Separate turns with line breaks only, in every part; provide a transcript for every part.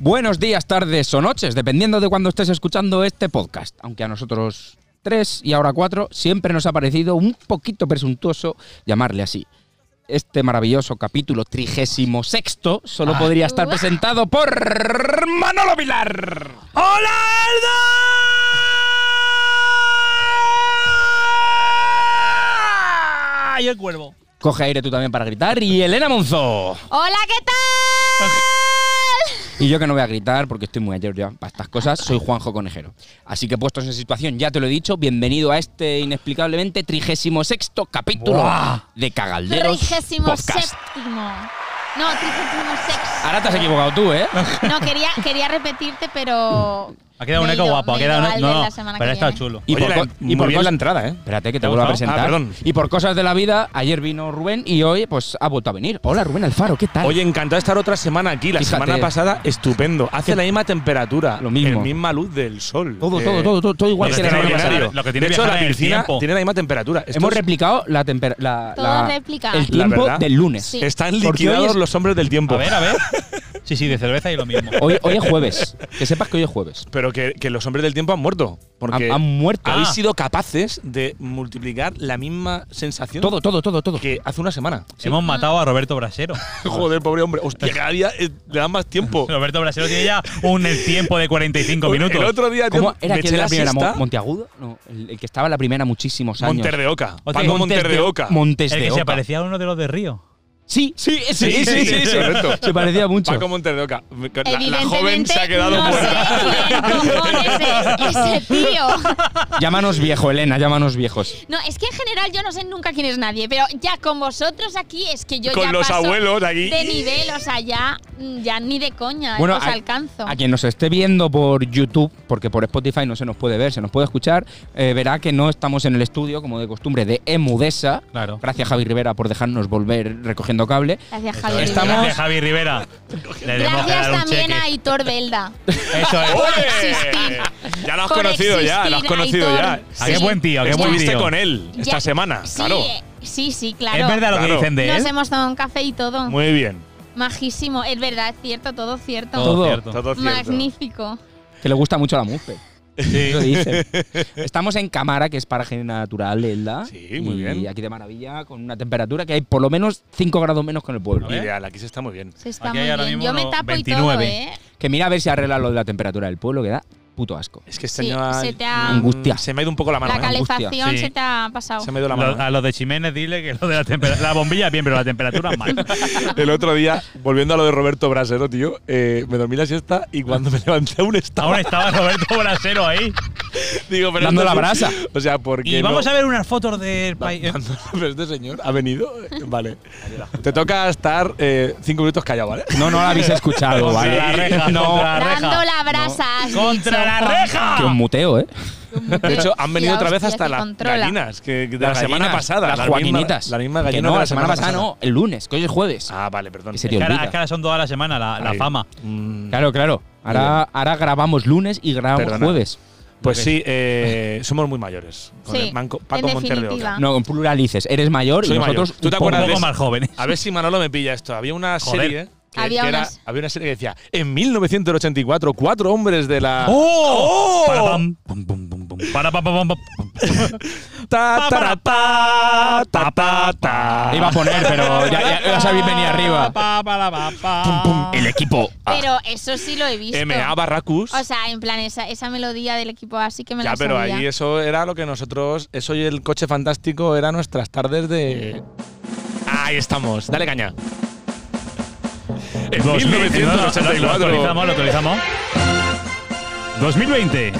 Buenos días, tardes o noches, dependiendo de cuando estés escuchando este podcast. Aunque a nosotros tres y ahora cuatro siempre nos ha parecido un poquito presuntuoso llamarle así. Este maravilloso capítulo trigésimo sexto solo podría estar presentado por Manolo Vilar.
¡Ah! Y el cuervo.
Coge aire tú también para gritar y Elena Monzo.
Hola, ¿qué tal?
Y yo que no voy a gritar porque estoy muy ayer ya para estas cosas, soy Juanjo Conejero. Así que puestos en situación, ya te lo he dicho, bienvenido a este inexplicablemente trigésimo sexto capítulo
Buah.
de Cagalderos
Trigésimo
Podcast.
séptimo. No, trigésimo sexto.
Ahora te has equivocado tú, ¿eh?
Ah.
No, quería, quería repetirte, pero.
Ha quedado un
me he
eco
ido,
guapo, ha
me he
quedado
ido
un
al
eco.
de
No,
la
no,
semana
pero ha
que
estado
viene.
chulo.
Y
Oye,
por,
la-
co- y
muy
por
bien
cos-
la entrada, ¿eh?
Espérate que te
¿Te ha
vuelvo a
gustado? Ah,
presentar.
perdón.
Y por cosas de la vida, ayer vino Rubén y hoy pues ha vuelto a venir. Hola Rubén Alfaro, ¿qué tal?
Oye, encantado de estar otra semana aquí. La
Fíjate.
semana pasada, estupendo. Hace la misma temperatura,
Lo mismo.
la misma luz del sol.
todo,
Eh,
todo, todo, todo, todo igual
lo
que
que
la
tiene
semana
que
viajar-
pasada.
pasar-
lo que tiene
de
que
hecho,
viajar
la
en el
piscina
tiempo.
tiene la misma temperatura. Estos-
Hemos replicado la temperatura.
Todo replicado.
El
La
tiempo
verdad.
del lunes.
Sí.
están
Porque hoy
liquidados
es-
los hombres del tiempo.
A ver, a ver. Sí, sí, de cerveza y lo mismo.
Hoy, hoy es jueves. Que sepas que hoy es jueves.
Pero que, que los hombres del tiempo han muerto. Porque
Han- han muerto.
Habéis
Ah.
sido capaces de multiplicar la misma sensación
Todo, todo, todo, todo.
que hace una semana.
Hemos matado a Roberto Brasero.
Joder, pobre hombre. Hostia, cada día eh, le dan más tiempo.
Roberto Brasero tiene ya un tiempo de 45 minutos.
El otro día
¿Cómo
tío,
era
me
que
eché
la primera?
siesta.
Mon- ¿Monteagudo? No, el, el que estaba en la primera muchísimos años.
Monter de Oca.
Hostia, Montes
Paco Monter de Oca.
Montes
el
de
que se
Oca.
parecía a uno de los de Río.
Sí, sí, sí, sí, sí, sí, sí.
correcto.
Se parecía mucho.
Paco Monter de Oca. La, la
Evidentemente,
joven se ha quedado
no
muerta.
sé quién cojones es ese tío.
Llámanos viejo, Elena, llámanos viejos.
No, es que en general yo no sé nunca quién es nadie, pero ya con vosotros aquí es que yo
Con
ya
los
paso
abuelos aquí.
de nivel, o sea, ya, ya ni de coña, os alcanzo.
a quien nos esté viendo por YouTube, porque por Spotify no se nos puede ver, se nos puede escuchar, eh, verá que no estamos en el estudio, como de costumbre, de Emudesa.
Claro.
Gracias, Javi Rivera, por dejarnos volver recogiendo cable.
Gracias,
Eso
Javier.
es.
Estamos-
Gracias, Javi Rivera. Le debemos
Gracias
dar un
también
cheque.
a Hitor Belda.
Eso es.
existir.
¡Oye! Ya lo has
Por
conocido, ya. Lo has
existir,
conocido, ya.
Aitor.
Ah, qué buen tío, qué buen
Estuviste
tío.
con él esta
Ya-
semana,
sí,
claro.
eh, Sí, sí, claro.
Es verdad lo que
Claro.
dicen de
Nos
él.
hemos tomado un café y todo.
Muy bien.
Majísimo. Es verdad, es cierto, todo cierto.
Todo.
cierto.
Todo cierto.
Magnífico.
Que le gusta mucho la música.
Sí.
Eso dicen. Estamos en Camara, que es paraje natural, ¿verdad?
Sí, muy
y
bien.
aquí de maravilla, con una temperatura que hay por lo menos 5 grados menos que en el pueblo.
A ver.
Ideal, aquí se está muy bien.
Se está
Aquí hay
muy
ahora
bien.
mismo
Yo me
uno
tapo y todo,
29.
¿eh?
Que mira a ver si arregla lo de la temperatura del pueblo, que da puto asco.
Es que este
Sí,
año ha-
se te ha-
Angustia.
Se me ha ido un poco la mano.
la
¿eh?
angustia.
calefacción
Sí.
se te ha pasado.
Se me ha ido la
Lo-
mano.
a los de Jiménez dile que lo de la temperatura. La bombilla bien, pero la temperatura mal.
El otro día, volviendo a lo de Roberto Brasero, tío, eh, me dormí la siesta y cuando me levanté aún estaba.
Ahora estaba Roberto Brasero ahí.
Digo, pero
Dando
esto
la
sí-
brasa.
O sea, porque.
Y vamos
no-
a ver unas fotos del
Va-
país. eh,
dando- Pero este señor ha venido. Vale. Te toca estar eh, cinco minutos callado, ¿vale?
No, no la habéis escuchado,
Contra
¿vale?
la reja,
no.
contra la reja.
Dando la brasa. has
¡Contra
dicho.
la reja!
Que os muteo, ¿eh?
De hecho, han venido
Hostia,
otra vez
hostia,
hasta
te
las
controla.
gallinas que, que de la
Las
semana
gallinas,
pasada.
Las
mismas-
Joaquinitas.
La misma
Que
gallina.
no,
de
la semana pasada no, el lunes, que hoy es jueves.
Ah, vale, perdón.
Que se
Es
te
que, ahora,
olvida.
es que ahora son todas las semanas, la, la
Ahí.
fama.
Mm,
Claro, claro. Ahora, ahora grabamos lunes y grabamos
Perdona.
jueves.
Pues
Ok.
sí, eh, somos muy mayores. Con
Sí,
el manco-
en
Paco Monter de
definitiva.
Oca.
No, en pluralices. Eres mayor
Soy
y
mayor.
nosotros.
¿Tú te
un poco
Un
acuerdas
más.
poco
de-
más jóvenes.
A ver si Manolo me pilla esto. Había una
Joder.
serie. que-
Había
que era-
unas.
había una serie que decía: En 1984, cuatro hombres de la.
¡Oh! Para pam, pum, pum, pum, pum. Para pam, pam, pam, pam.
Ta, ta, ta, ta, ta, ta.
Iba a poner, pero ya, ya, ya sabéis venir arriba.
Pa, pa, la, pa, pa.
El equipo.
Ah.
A.
Pero eso sí lo he visto.
MA Barracus.
O sea, en plan, esa, esa melodía del equipo así que me
ya,
la
pero
sabía.
ahí eso era lo que nosotros. Eso y el coche fantástico era nuestras tardes de. Ahí estamos, dale caña. En 1984.
Lo actualizamos, lo actualizamos. 2020.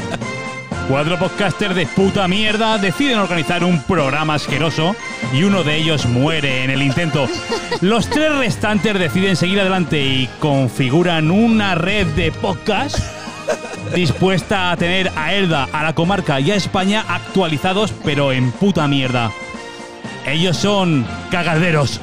Cuatro podcasters de puta mierda deciden organizar un programa asqueroso y uno de ellos muere en el intento. Los tres restantes deciden seguir adelante y configuran una red de podcast dispuesta a tener a Elda, a la comarca y a España actualizados, pero en puta mierda. Ellos son cagaderos.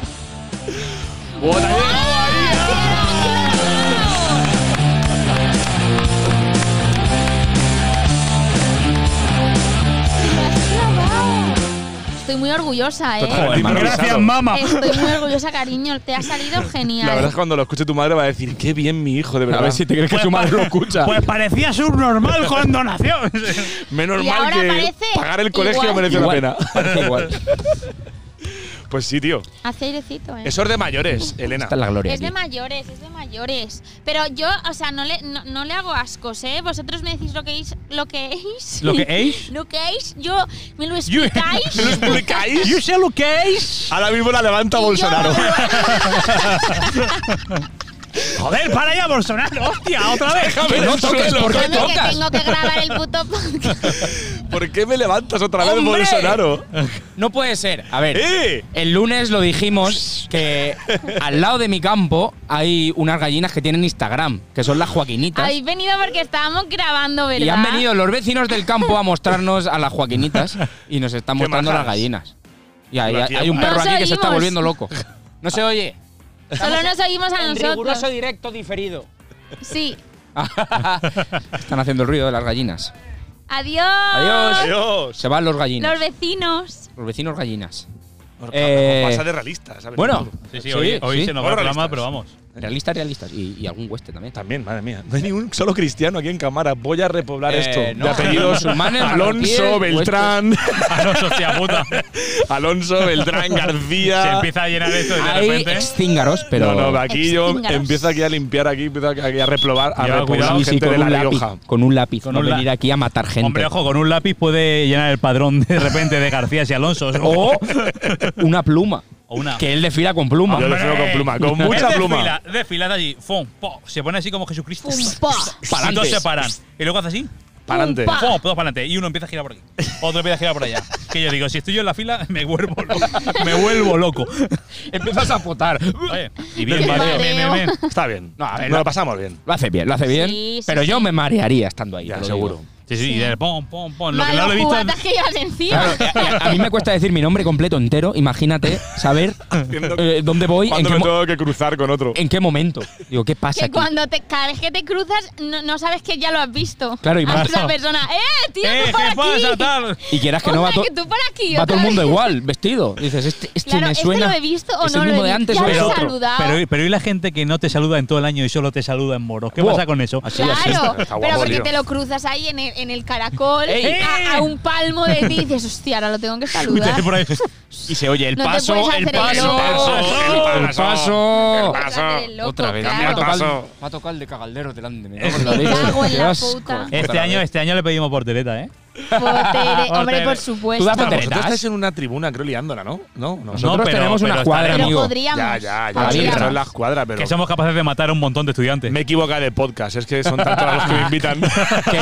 Estoy muy orgullosa, ¿eh?
Total.
Joder,
Gracias,
improvisado.
mamá.
Estoy muy orgullosa, cariño. Te ha salido genial.
La verdad es que cuando lo escuche tu madre va a decir, qué bien mi hijo, de verdad.
A ver si te crees que su madre lo escucha.
Pues parecía subnormal cuando nació.
Menos
Y
mal
ahora
que
parece
pagar el colegio
igual.
merece
Igual,
la pena.
parece igual.
Pues sí, tío.
Hace airecito, ¿eh?
Eso es de mayores, Elena.
Esta es la gloria.
Es de
aquí.
mayores, es de mayores. Pero yo, o sea, no le, no, no le hago ascos, ¿eh? Vosotros me decís lo que es. Lo que es.
¿Lo que es?
Lo que es, yo me lo
You-
explicáis.
¿Me lo explicáis?
¿You sé lo que es?
Ahora mismo la levanta
Y yo-
Bolsonaro.
Joder, para allá, Bolsonaro. Hostia, otra vez.
Déjame
Que
en
no
el
toques,
suelo,
¿por qué
Yo
coño.
creo que
tocas?
tengo que grabar el puto podcast.
¿Por qué me levantas otra vez,
¡Hombre!
Bolsonaro?
No puede ser. A ver.
¡Eh!
El lunes lo dijimos que al lado de mi campo hay unas gallinas que tienen Instagram, que son las Joaquinitas.
Habéis venido porque estábamos grabando, ¿verdad?
y han venido los vecinos del campo a mostrarnos a las Joaquinitas y nos están
Qué
mostrando
majas.
las gallinas. Y hay,
Lo hacía
hay un
mal.
perro
No os
aquí que se está
oímos.
volviendo loco. No se oye.
Solo nos oímos a nosotros.
directo diferido.
Sí.
Están haciendo el ruido de las gallinas.
Adiós.
Adiós.
Dios.
Se van los gallinas.
Los vecinos.
Los vecinos gallinas. Eh,
Pasa de realista, ¿sabes?
Bueno,
Sí, sí, hoy, hoy
sí.
se nos va
Bueno,
el programa,
realistas.
pero vamos.
Realistas, realistas. Y, y algún hueste también.
También, madre mía. No hay ni un solo cristiano aquí en cámara. Voy a repoblar
Eh,
esto.
no.
De apellidos
Musulmanes,
Alonso,
marroquíes,
Beltrán.
A los hostia puta.
Alonso, Beltrán,
Se
García.
empieza a llenar esto y de
Hay
repente.
excíngaros, pero.
no, no, aquí yo
Extíngalos.
empiezo aquí a limpiar, aquí empiezo aquí a repoblar, a
Lleva
repoblar
cuidado,
Sí,
gente
sí, con,
de
un
La
lápiz,
Rioja.
con un lápiz.
Con
no
un la-
venir aquí a matar gente.
Hombre, ojo, con un lápiz puede llenar el padrón de repente de García y Alonso.
o una pluma.
O una.
Que él desfila con pluma.
Yo lo
Hombre.
filo con pluma, con
Es
mucha
de
pluma.
fila, de fila de allí. Fum, po. Se pone así como Jesucristo.
Pum, pa.
Para
Y dos
adelante.
se paran. Y luego hace así.
Para adelante.
Pa.
Fum, todos para adelante. Y uno empieza a girar por aquí. Otro empieza a girar por allá. Que yo digo, si estoy yo en la fila, me vuelvo loco. Me vuelvo loco.
Empiezas a potar.
Oye, y bien,
Del
bien,
mareo.
bien, bien, bien.
Está bien.
No, a ver,
Nos
no.
lo pasamos bien.
Lo hace bien, lo hace bien.
Sí, sí,
pero yo me marearía estando ahí.
Ya,
te lo
seguro.
digo.
Sí, sí, y del pom, pom, pom. Lo que
Más los
no lo he visto.
jugatas que llevas encima.
Claro, a, a- a mí me cuesta decir mi nombre completo entero. Imagínate saber
Haciendo-
eh, dónde voy, en
¿Cuándo
qué,
me
mo-
tengo que cruzar con otro?
en qué momento. Digo, ¿qué pasa
Que
aquí?
cuando te, cada vez que te cruzas, no, no sabes que ya lo has visto.
Claro, y
a
más- pues,
esa persona. ¡Eh, tío,
¡Eh,
tú por
qué
aquí!
pasa, tal!
Y quieras que no va,
Hombre,
to-
que tú por aquí,
va todo
otra
el mundo
vez.
igual, vestido. Dices, este, este
Claro,
me
¿este
suena.
lo he visto o
es
no
el
lo
mismo
he
de antes
visto?
o
Ya
es
lo he
otro.
saludado.
Pero, pero y la gente que no te saluda en todo el año y solo te saluda en moros. ¿Qué
Buah.
pasa con eso?
Así, así.
Claro,
Está guapo,
pero porque
tío.
te lo cruzas ahí en el, en el caracol,
Ey.
a, a un palmo de ti, y dices, hostia, ahora lo tengo que saludar.
Por ahí.
Y se oye el
No te paso, puedes el hacer el paso, loco.
el paso.
el
Te vas a hacer el loco,
Otra vez.
claro.
Me, ha tocado,
Paso.
me ha tocado el de cagaldero delante. Me
Me
cago en la
cago en
leche.
la
Qué asco.
puta.
Este año, este año le pedimos portereta, ¿eh?
Potere- hombre,
Potere.
por
Tú
supuesto.
da potere.
Vosotros
¿Tetas?
estáis en una tribuna, creo, liándola, ¿no? No, no.
Nosotros
No, pero-
tenemos
pero
una cuadra,
estaremos-
Pero
amigo.
podríamos.
Ya, ya, ya.
Para
Sí,
mí,
eso
claro.
es las cuadras, pero.
Que somos capaces de matar a un montón de estudiantes.
Me he equivocado de podcast, es que son tantos los que me invitan.
¿Qué?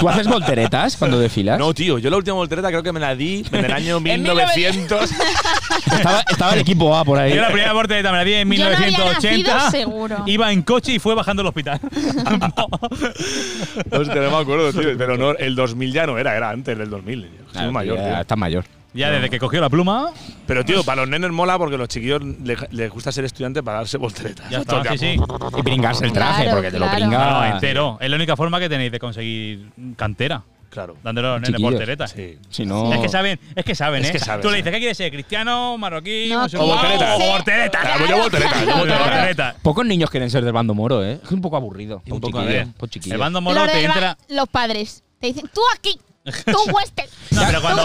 ¿Tú haces volteretas cuando desfilas?
No, tío, yo la última voltereta creo que me la di en el año
En
1900.
Estaba, estaba el equipo A por ahí.
Yo la primera portereta me la di en
Yo no había
1980.
nacido, seguro.
Iba en coche y fue bajando al hospital. Ah,
Hostia, no me acuerdo, tío. Pero no, el 2000 ya no era, era antes del 2000. Yo Soy
Claro,
mayor,
ya
tío.
Ah, Estás mayor.
ya desde que cogió la pluma.
Pero, tío, para los nenes mola porque a los chiquillos le- les, gusta ser estudiante para darse volteretas.
Ya
Esto
está, sí,
que-
sí. No,
Y brincarse el traje,
Claro,
porque te lo
claro.
bringas.
no, entero. Es la única forma que tenéis de conseguir cantera.
Claro.
Dándole a los nenes
Chiquillos.
porteretas.
Sí.
Si no.
Es que saben, es que saben,
Es
¿eh?
que saben,
Tú le
sí.
dices, ¿qué quieres ser? ¿Cristiano, marroquí,
No,
musulmán?
O volteretas.
O volteretas.
Claro, pues yo voltereta, yo
O
voltereta.
volteretas.
Pocos niños quieren ser del bando moro, ¿eh? Es un poco aburrido.
Un poco,
chiquillo,
¿eh?
un poco chiquillo.
El bando
Lo
moro
de
te
la-
entra.
Los padres te dicen, tú aquí, tú huésped.
No, pero cuando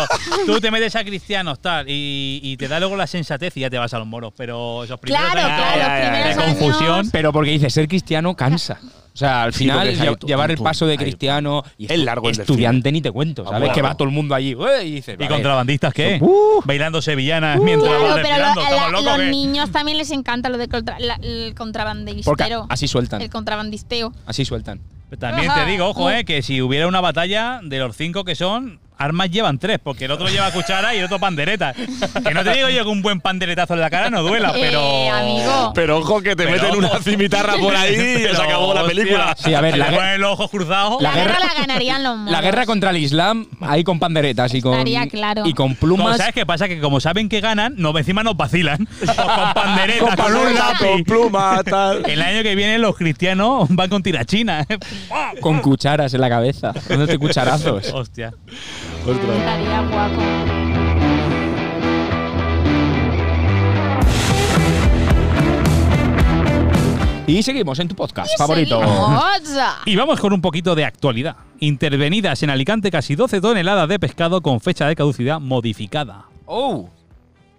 tú te metes a cristianos tal y, y te da luego la sensatez y ya te vas a los moros, pero esos primeros
Claro,
años-
claro,
ya, ya, ya.
los primeros
De confusión.
años.
Pero porque dices, ser cristiano cansa. O sea, al
Sí,
final,
porque es ahí
lle-
tú,
llevar
pum,
el
pum,
paso de
ahí.
cristiano y
Es largo el
estudiante ni te cuento, ¿sabes?
bueno.
Que va todo el mundo allí "Ué", y dices,
¿Y
vale.
contrabandistas qué?
Uh.
Bailando sevillanas mientras
Claro,
vas
pero
desfilando.
la-
¿Estamos
la-
locos ¿eh?
los
qué?
niños también les encanta lo de contra- la- el contrabandistero.
Porque así sueltan,
El contrabandisteo.
así sueltan.
Pues También te digo, ojo, eh, que si hubiera una batalla de los cinco que son, Armas llevan tres, porque el otro lleva cuchara y el otro pandereta. Que no te digo yo que un buen panderetazo en la cara no duela, pero.
Eh, amigo.
Pero ojo que te
Pero
meten
ojo.
una cimitarra por ahí y
Pero,
se acabó la
hostia,
película.
Sí, a ver,
si
la
le
guer-
ponen los ojos cruzados.
La
La, guerra,
guerra-
la ganarían los moros.
La guerra contra el Islam, ahí con panderetas y con,
Estaría claro.
y con
Como,
plumas.
¿Sabes qué pasa? Que como saben que ganan, no, encima nos vacilan. Pues Con panderetas, con un
Con
lápiz.
pluma, tal.
El año que viene los cristianos van con ¿eh? tirachinas.
Con cucharas en la cabeza, dándote cucharazos.
Hostia.
Ostras.
Estaría guapo.
Y seguimos en tu podcast favorito.
Seguimos.
Y vamos con un poquito de actualidad. Intervenidas en Alicante casi 12 toneladas de pescado con fecha de caducidad modificada.
Oh,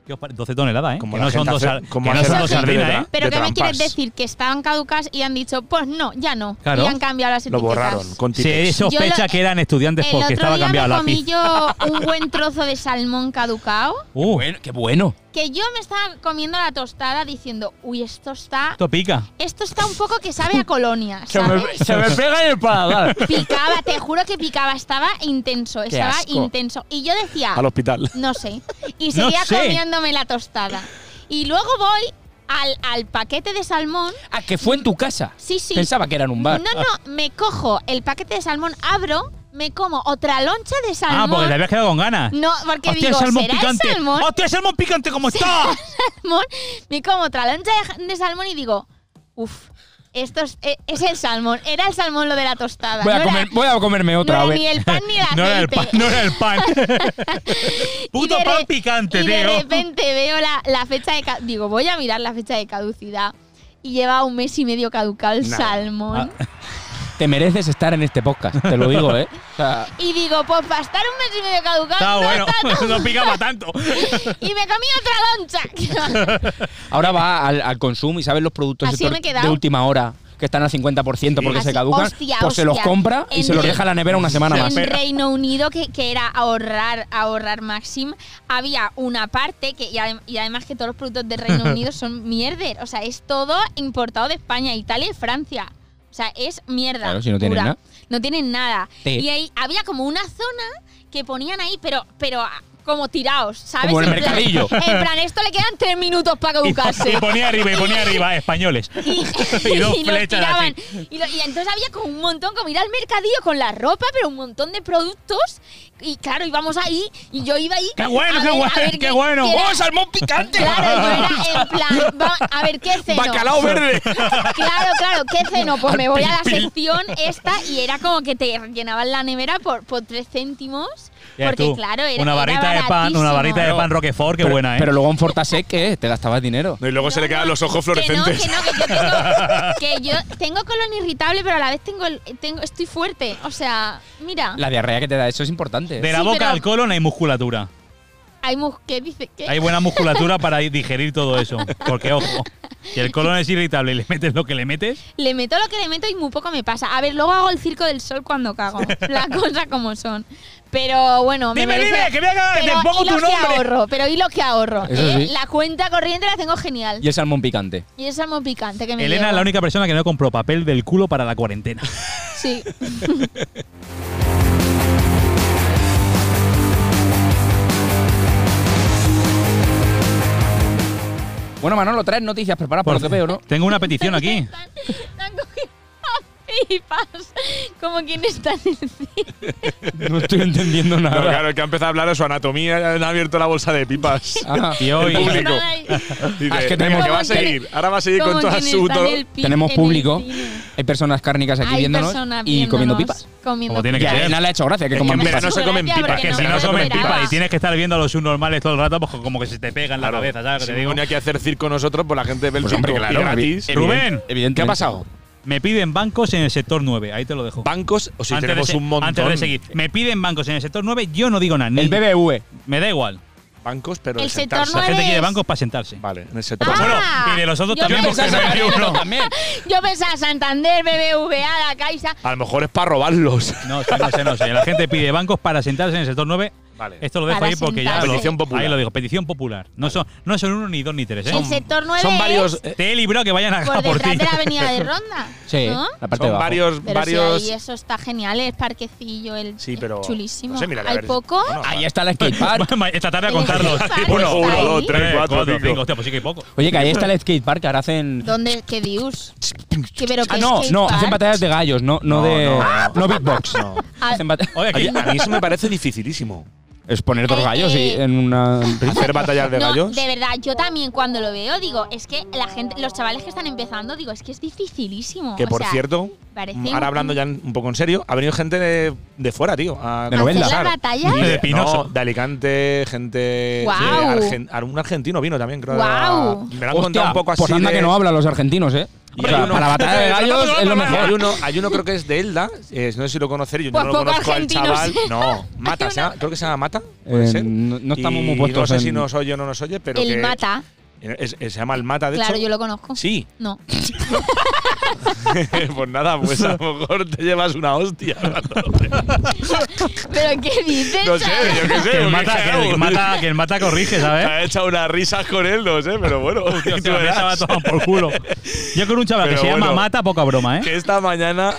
¿Qué os pare- 12 toneladas, ¿eh?
Como
que
la
no son
gente
dos,
hace-
sar-
como
que no
hace
son
la
dos
gente de
sardinas,
verdad.
¿eh?
Pero
de
¿qué me quieres
trampas.
decir? Que estaban caducas y han dicho, pues no, ya no.
Claro.
Y han cambiado las
Lo
etiquetas.
borraron con
Se
tipex.
sospecha
Yo lo-
que eran estudiantes
El
porque
otro
estaba
día
cambiado
me
la
comí yo un buen trozo de salmón caducado
Uh,
bueno, qué bueno.
que yo me estaba comiendo la tostada diciendo, uy, esto está,
esto pica.
esto está un poco que sabe a colonia, ¿sabes?
pega en el paladar.
Picaba, te juro que picaba, estaba intenso, estaba
asco.
intenso. Y yo decía,
Al hospital.
no sé, y
No
seguía
sé.
comiéndome la tostada. Y luego voy al, al paquete de salmón,
Ah, que fue en tu casa.
sí, sí.
Pensaba que era en un
No,
bar.
no, me cojo el paquete de salmón, abro, me como otra loncha de
Ah, porque
salmón.
te habías quedado con ganas.
no, porque
¡Hostia,
digo,
salmón
¿será el
picante!
salmón?
¡Hostia, salmón picante como está!
salmón, me como otra loncha de, de salmón y digo, uff, esto es, e- es el salmón, era el salmón lo de la tostada.
Voy
no
a,
era-
comer- voy a comerme
no
otra
era
vez.
ni el pan ni el aceite.
No era el pan, no era el pan.
Y
Puto
de re-
pan picante,
y de
tío.
repente veo la, la fecha de ca- digo, voy a mirar la fecha de caducidad y lleva un mes y medio caducado el salmón.
Ah.
Te mereces estar en este podcast, te lo digo, ¿eh? O sea,
Y digo, pues para estar un mes y medio caducado.
Está
no
bueno,
está tan-
no picaba tanto.
Y me comí otra loncha.
ahora va al, al consumo y sabes los productos
Así
estos
me he quedado.
de última hora que están al 50% porque
Así,
se caducan,
hostia,
pues se los
hostia.
compra y
En
se los
Re-
deja en la nevera una semana
en
más.
Reino Unido, que, que era ahorrar, ahorrar Maxim, había una parte que, y, adem- y además que todos los productos de Reino Unido son mierder. O sea, es todo importado de España, Italia y Francia. O sea, es mierda.
Claro, si no tienen
pura.
nada.
No tienen nada.
Té.
Y ahí había como una zona que ponían ahí, pero, pero ah, como tirados, ¿sabes?
Como en el
En plan-
mercadillo.
En plan, esto le quedan tres minutos para
Y,
caducarse.
y ponía arriba, y ponía arriba, españoles.
Y,
Y dos
los
flechas
tiraban.
así.
Y, lo- y entonces había como un montón, como ir al mercadillo con la ropa, pero un montón de productos. Y claro, íbamos ahí y yo iba ahí.
¡Qué bueno,
a ver-
qué
a
bueno,
ver
qué
qué-
bueno!
qué era-
¡Oh, salmón picante!
Claro, yo era en plan, va- a ver qué ceno.
¡Bacalao verde!
Claro, claro, qué ceno. Pues me voy a la sección esta y era como que te llenaban la nevera por, por tres céntimos.
Ya
Porque
tú,
claro, era
una
era
varita de pan,
baratísimo.
una varita de pan Roquefort, qué
pero,
buena, ¿eh?
Pero luego en Fortasec, ¿qué? Te gastabas dinero.
No, y luego se le quedan los ojos fluorescentes.
Que no, que no, que yo tengo, que yo tengo colon irritable, pero a la vez tengo, el- tengo estoy fuerte. O sea, mira,
La diarrea que te da, eso es importante. ¿eh?
de la
sí,
boca
pero-
al colon hay musculatura.
hay mus que dice que
Hay buena musculatura para digerir todo eso. Porque, ojo, si el colon es irritable y le metes lo que le metes,
le meto lo que le meto y muy poco me pasa. A ver, luego hago el circo del sol cuando cago. Las cosas como son. Pero bueno, me
Dime,
merece-
dime, que voy a cagar,
pero
te pongo
y los
tu nombre.
que ahorro, pero y los que ahorro.
Eso
¿eh?
sí.
La cuenta corriente la tengo genial.
Y el salmón picante.
Y es salmón picante que me
Elena es
llevo. Ah,
la única persona que no compró papel del culo para la cuarentena.
Sí.
Bueno, Manolo, traes noticias preparadas por lo que veo, ¿no?
Tengo una petición aquí.
Están, están cogiendo pipas como quien está en el circo.
No estoy entendiendo
No, claro, el que ha empezado a hablar de su anatomía ya han abierto la bolsa de pipas.
Ah,
Y
El
hoy,
público.
Están ahí.
Dice,
Ah, es que
venga,
tenemos-
que va a
Como
seguir. Ahora va a seguir
Como
con toda
quien
su.
está en
todo-
el pi-
tenemos
en el
público.
cine.
Hay personas cárnicas aquí
Hay
viéndonos
personas
y comiendo
viéndonos,
pipas.
comiendo
Como tiene que
Y a
ser.
Elena le ha hecho gracia que
Es
coman
que en
pipas.
verano se comen
Gracias,
pipas.
porque
que
no
si
me
no
lo
comen
esperaba.
pipas y tienes que estar viendo a los subnormales todo el rato, pues como que se te pega en la
Claro.
cabeza, ¿sabes? lo que
Si
te digo?
venimos aquí a hacer circo nosotros, pues la gente ve el
Pues hombre,
circo
claro,
y gratis.
evi-
Rubén,
Evidente. ¿Qué ha pasado?
Me piden bancos en el sector 9, ahí te lo dejo.
Bancos, o si
Antes de
tenemos
se-
un montón.
Antes de seguir, me piden bancos en el sector 9, yo no digo nada. ni-
El BBV.
Me da igual.
Bancos, pero
El
en
sector
La
sentarse.
nueve.
gente
Eres-
quiere bancos para sentarse.
Vale, en el sector.
Ah,
Bueno, y de los otros
yo
también, porque
pensaba-
no hay uno.
también.
Yo pensaba Santander, BBVA, La Caixa.
A lo mejor es para robarlos.
No, sí, no sé, no sé. La gente pide bancos para sentarse en el sector 9
Vale.
Esto lo dejo
Para
ahí porque ya.
sentarse.
Lo,
Petición popular.
Ahí lo digo, petición popular. No son, no son uno, ni dos, ni tres, ¿eh?
el sector 9
Son varios, eh,
Te he librado que vayan a
por
por, por
detrás
ti.
de la avenida de Ronda.
Sí,
¿no?
la parte de
son
abajo.
varios,
Pero
varios.
si ahí eso está genial, el parquecillo, el
Sí,
es
pero-
chulísimo.
no sé, mira, a
Hay
ver,
poco.
bueno,
Ahí está el skatepark.
Ma- Esta tarde a contarlos.
Vale,
Uno,
está
uno,
ahí.
dos, tres,
Tres,
cuatro,
cuatro,
cinco.
cinco.
Hostia, pues sí que hay poco.
Oye, que ahí está el skatepark, que ahora hacen.
¿Dónde? ¿Qué dios? Que, pero
Ah,
que
no,
skate
no,
park.
hacen batallas de gallos, no, no,
No,
de.
no,
No,
no.
beatbox.
No.
Ah,
Hacen bata-
Oye, aquí.
Oye, a mí eso me parece dificilísimo.
Es poner dos
Eh,
gallos y
eh.
en una.
Hacer batallas de
no,
gallos.
de verdad, yo también cuando lo veo digo, es que la gente, los chavales que están empezando, digo, es que es dificilísimo.
Que
o
por
sea,
cierto,
parece un-
ahora hablando ya un poco en serio, ha venido gente de, de fuera, tío. A
De
¿Hacer
novela.
las
Claro.
batallas?
De
de
Pinoso.
de Alicante, gente.
Guau.
de Argen- algún argentino vino también, creo.
Guau.
Me lo han contado un poco así.
Pues anda
de-
que no hablan los argentinos, ¿eh? O
Y
sea,
hay uno-
para batalla de gallos es lo
Hay
mejor.
uno, hay uno creo que es de Elda, eh, no sé si lo conoceréis, yo
Pues
no lo
poco
conozco al
argentino,
chaval.
sí.
No, Mata,
Hay
se
uno-
llama- creo que se llama Mata.
Eh,
puede ser.
no- no estamos
Y
muy puestos
No sé
en-
si nos oye o no nos oye, pero.
el
que-
mata,
es- es- se llama el Mata, de
claro,
hecho.
yo lo conozco.
Sí,
No.
pues nada, pues a lo mejor te llevas una hostia.
¿Pero qué dices?
No sé, yo qué sé.
Que el
porque
mata, que el
claro,
mata, que el mata corrige, ¿sabes?
¿eh?
Ha echado unas risas con él, no sé, pero bueno.
Tío,
tú
que la
verás.
mesa va a tomar por culo. Yo con un chaval que
Pero
se llama
bueno.
Mata, poca broma, ¿eh?
que esta mañana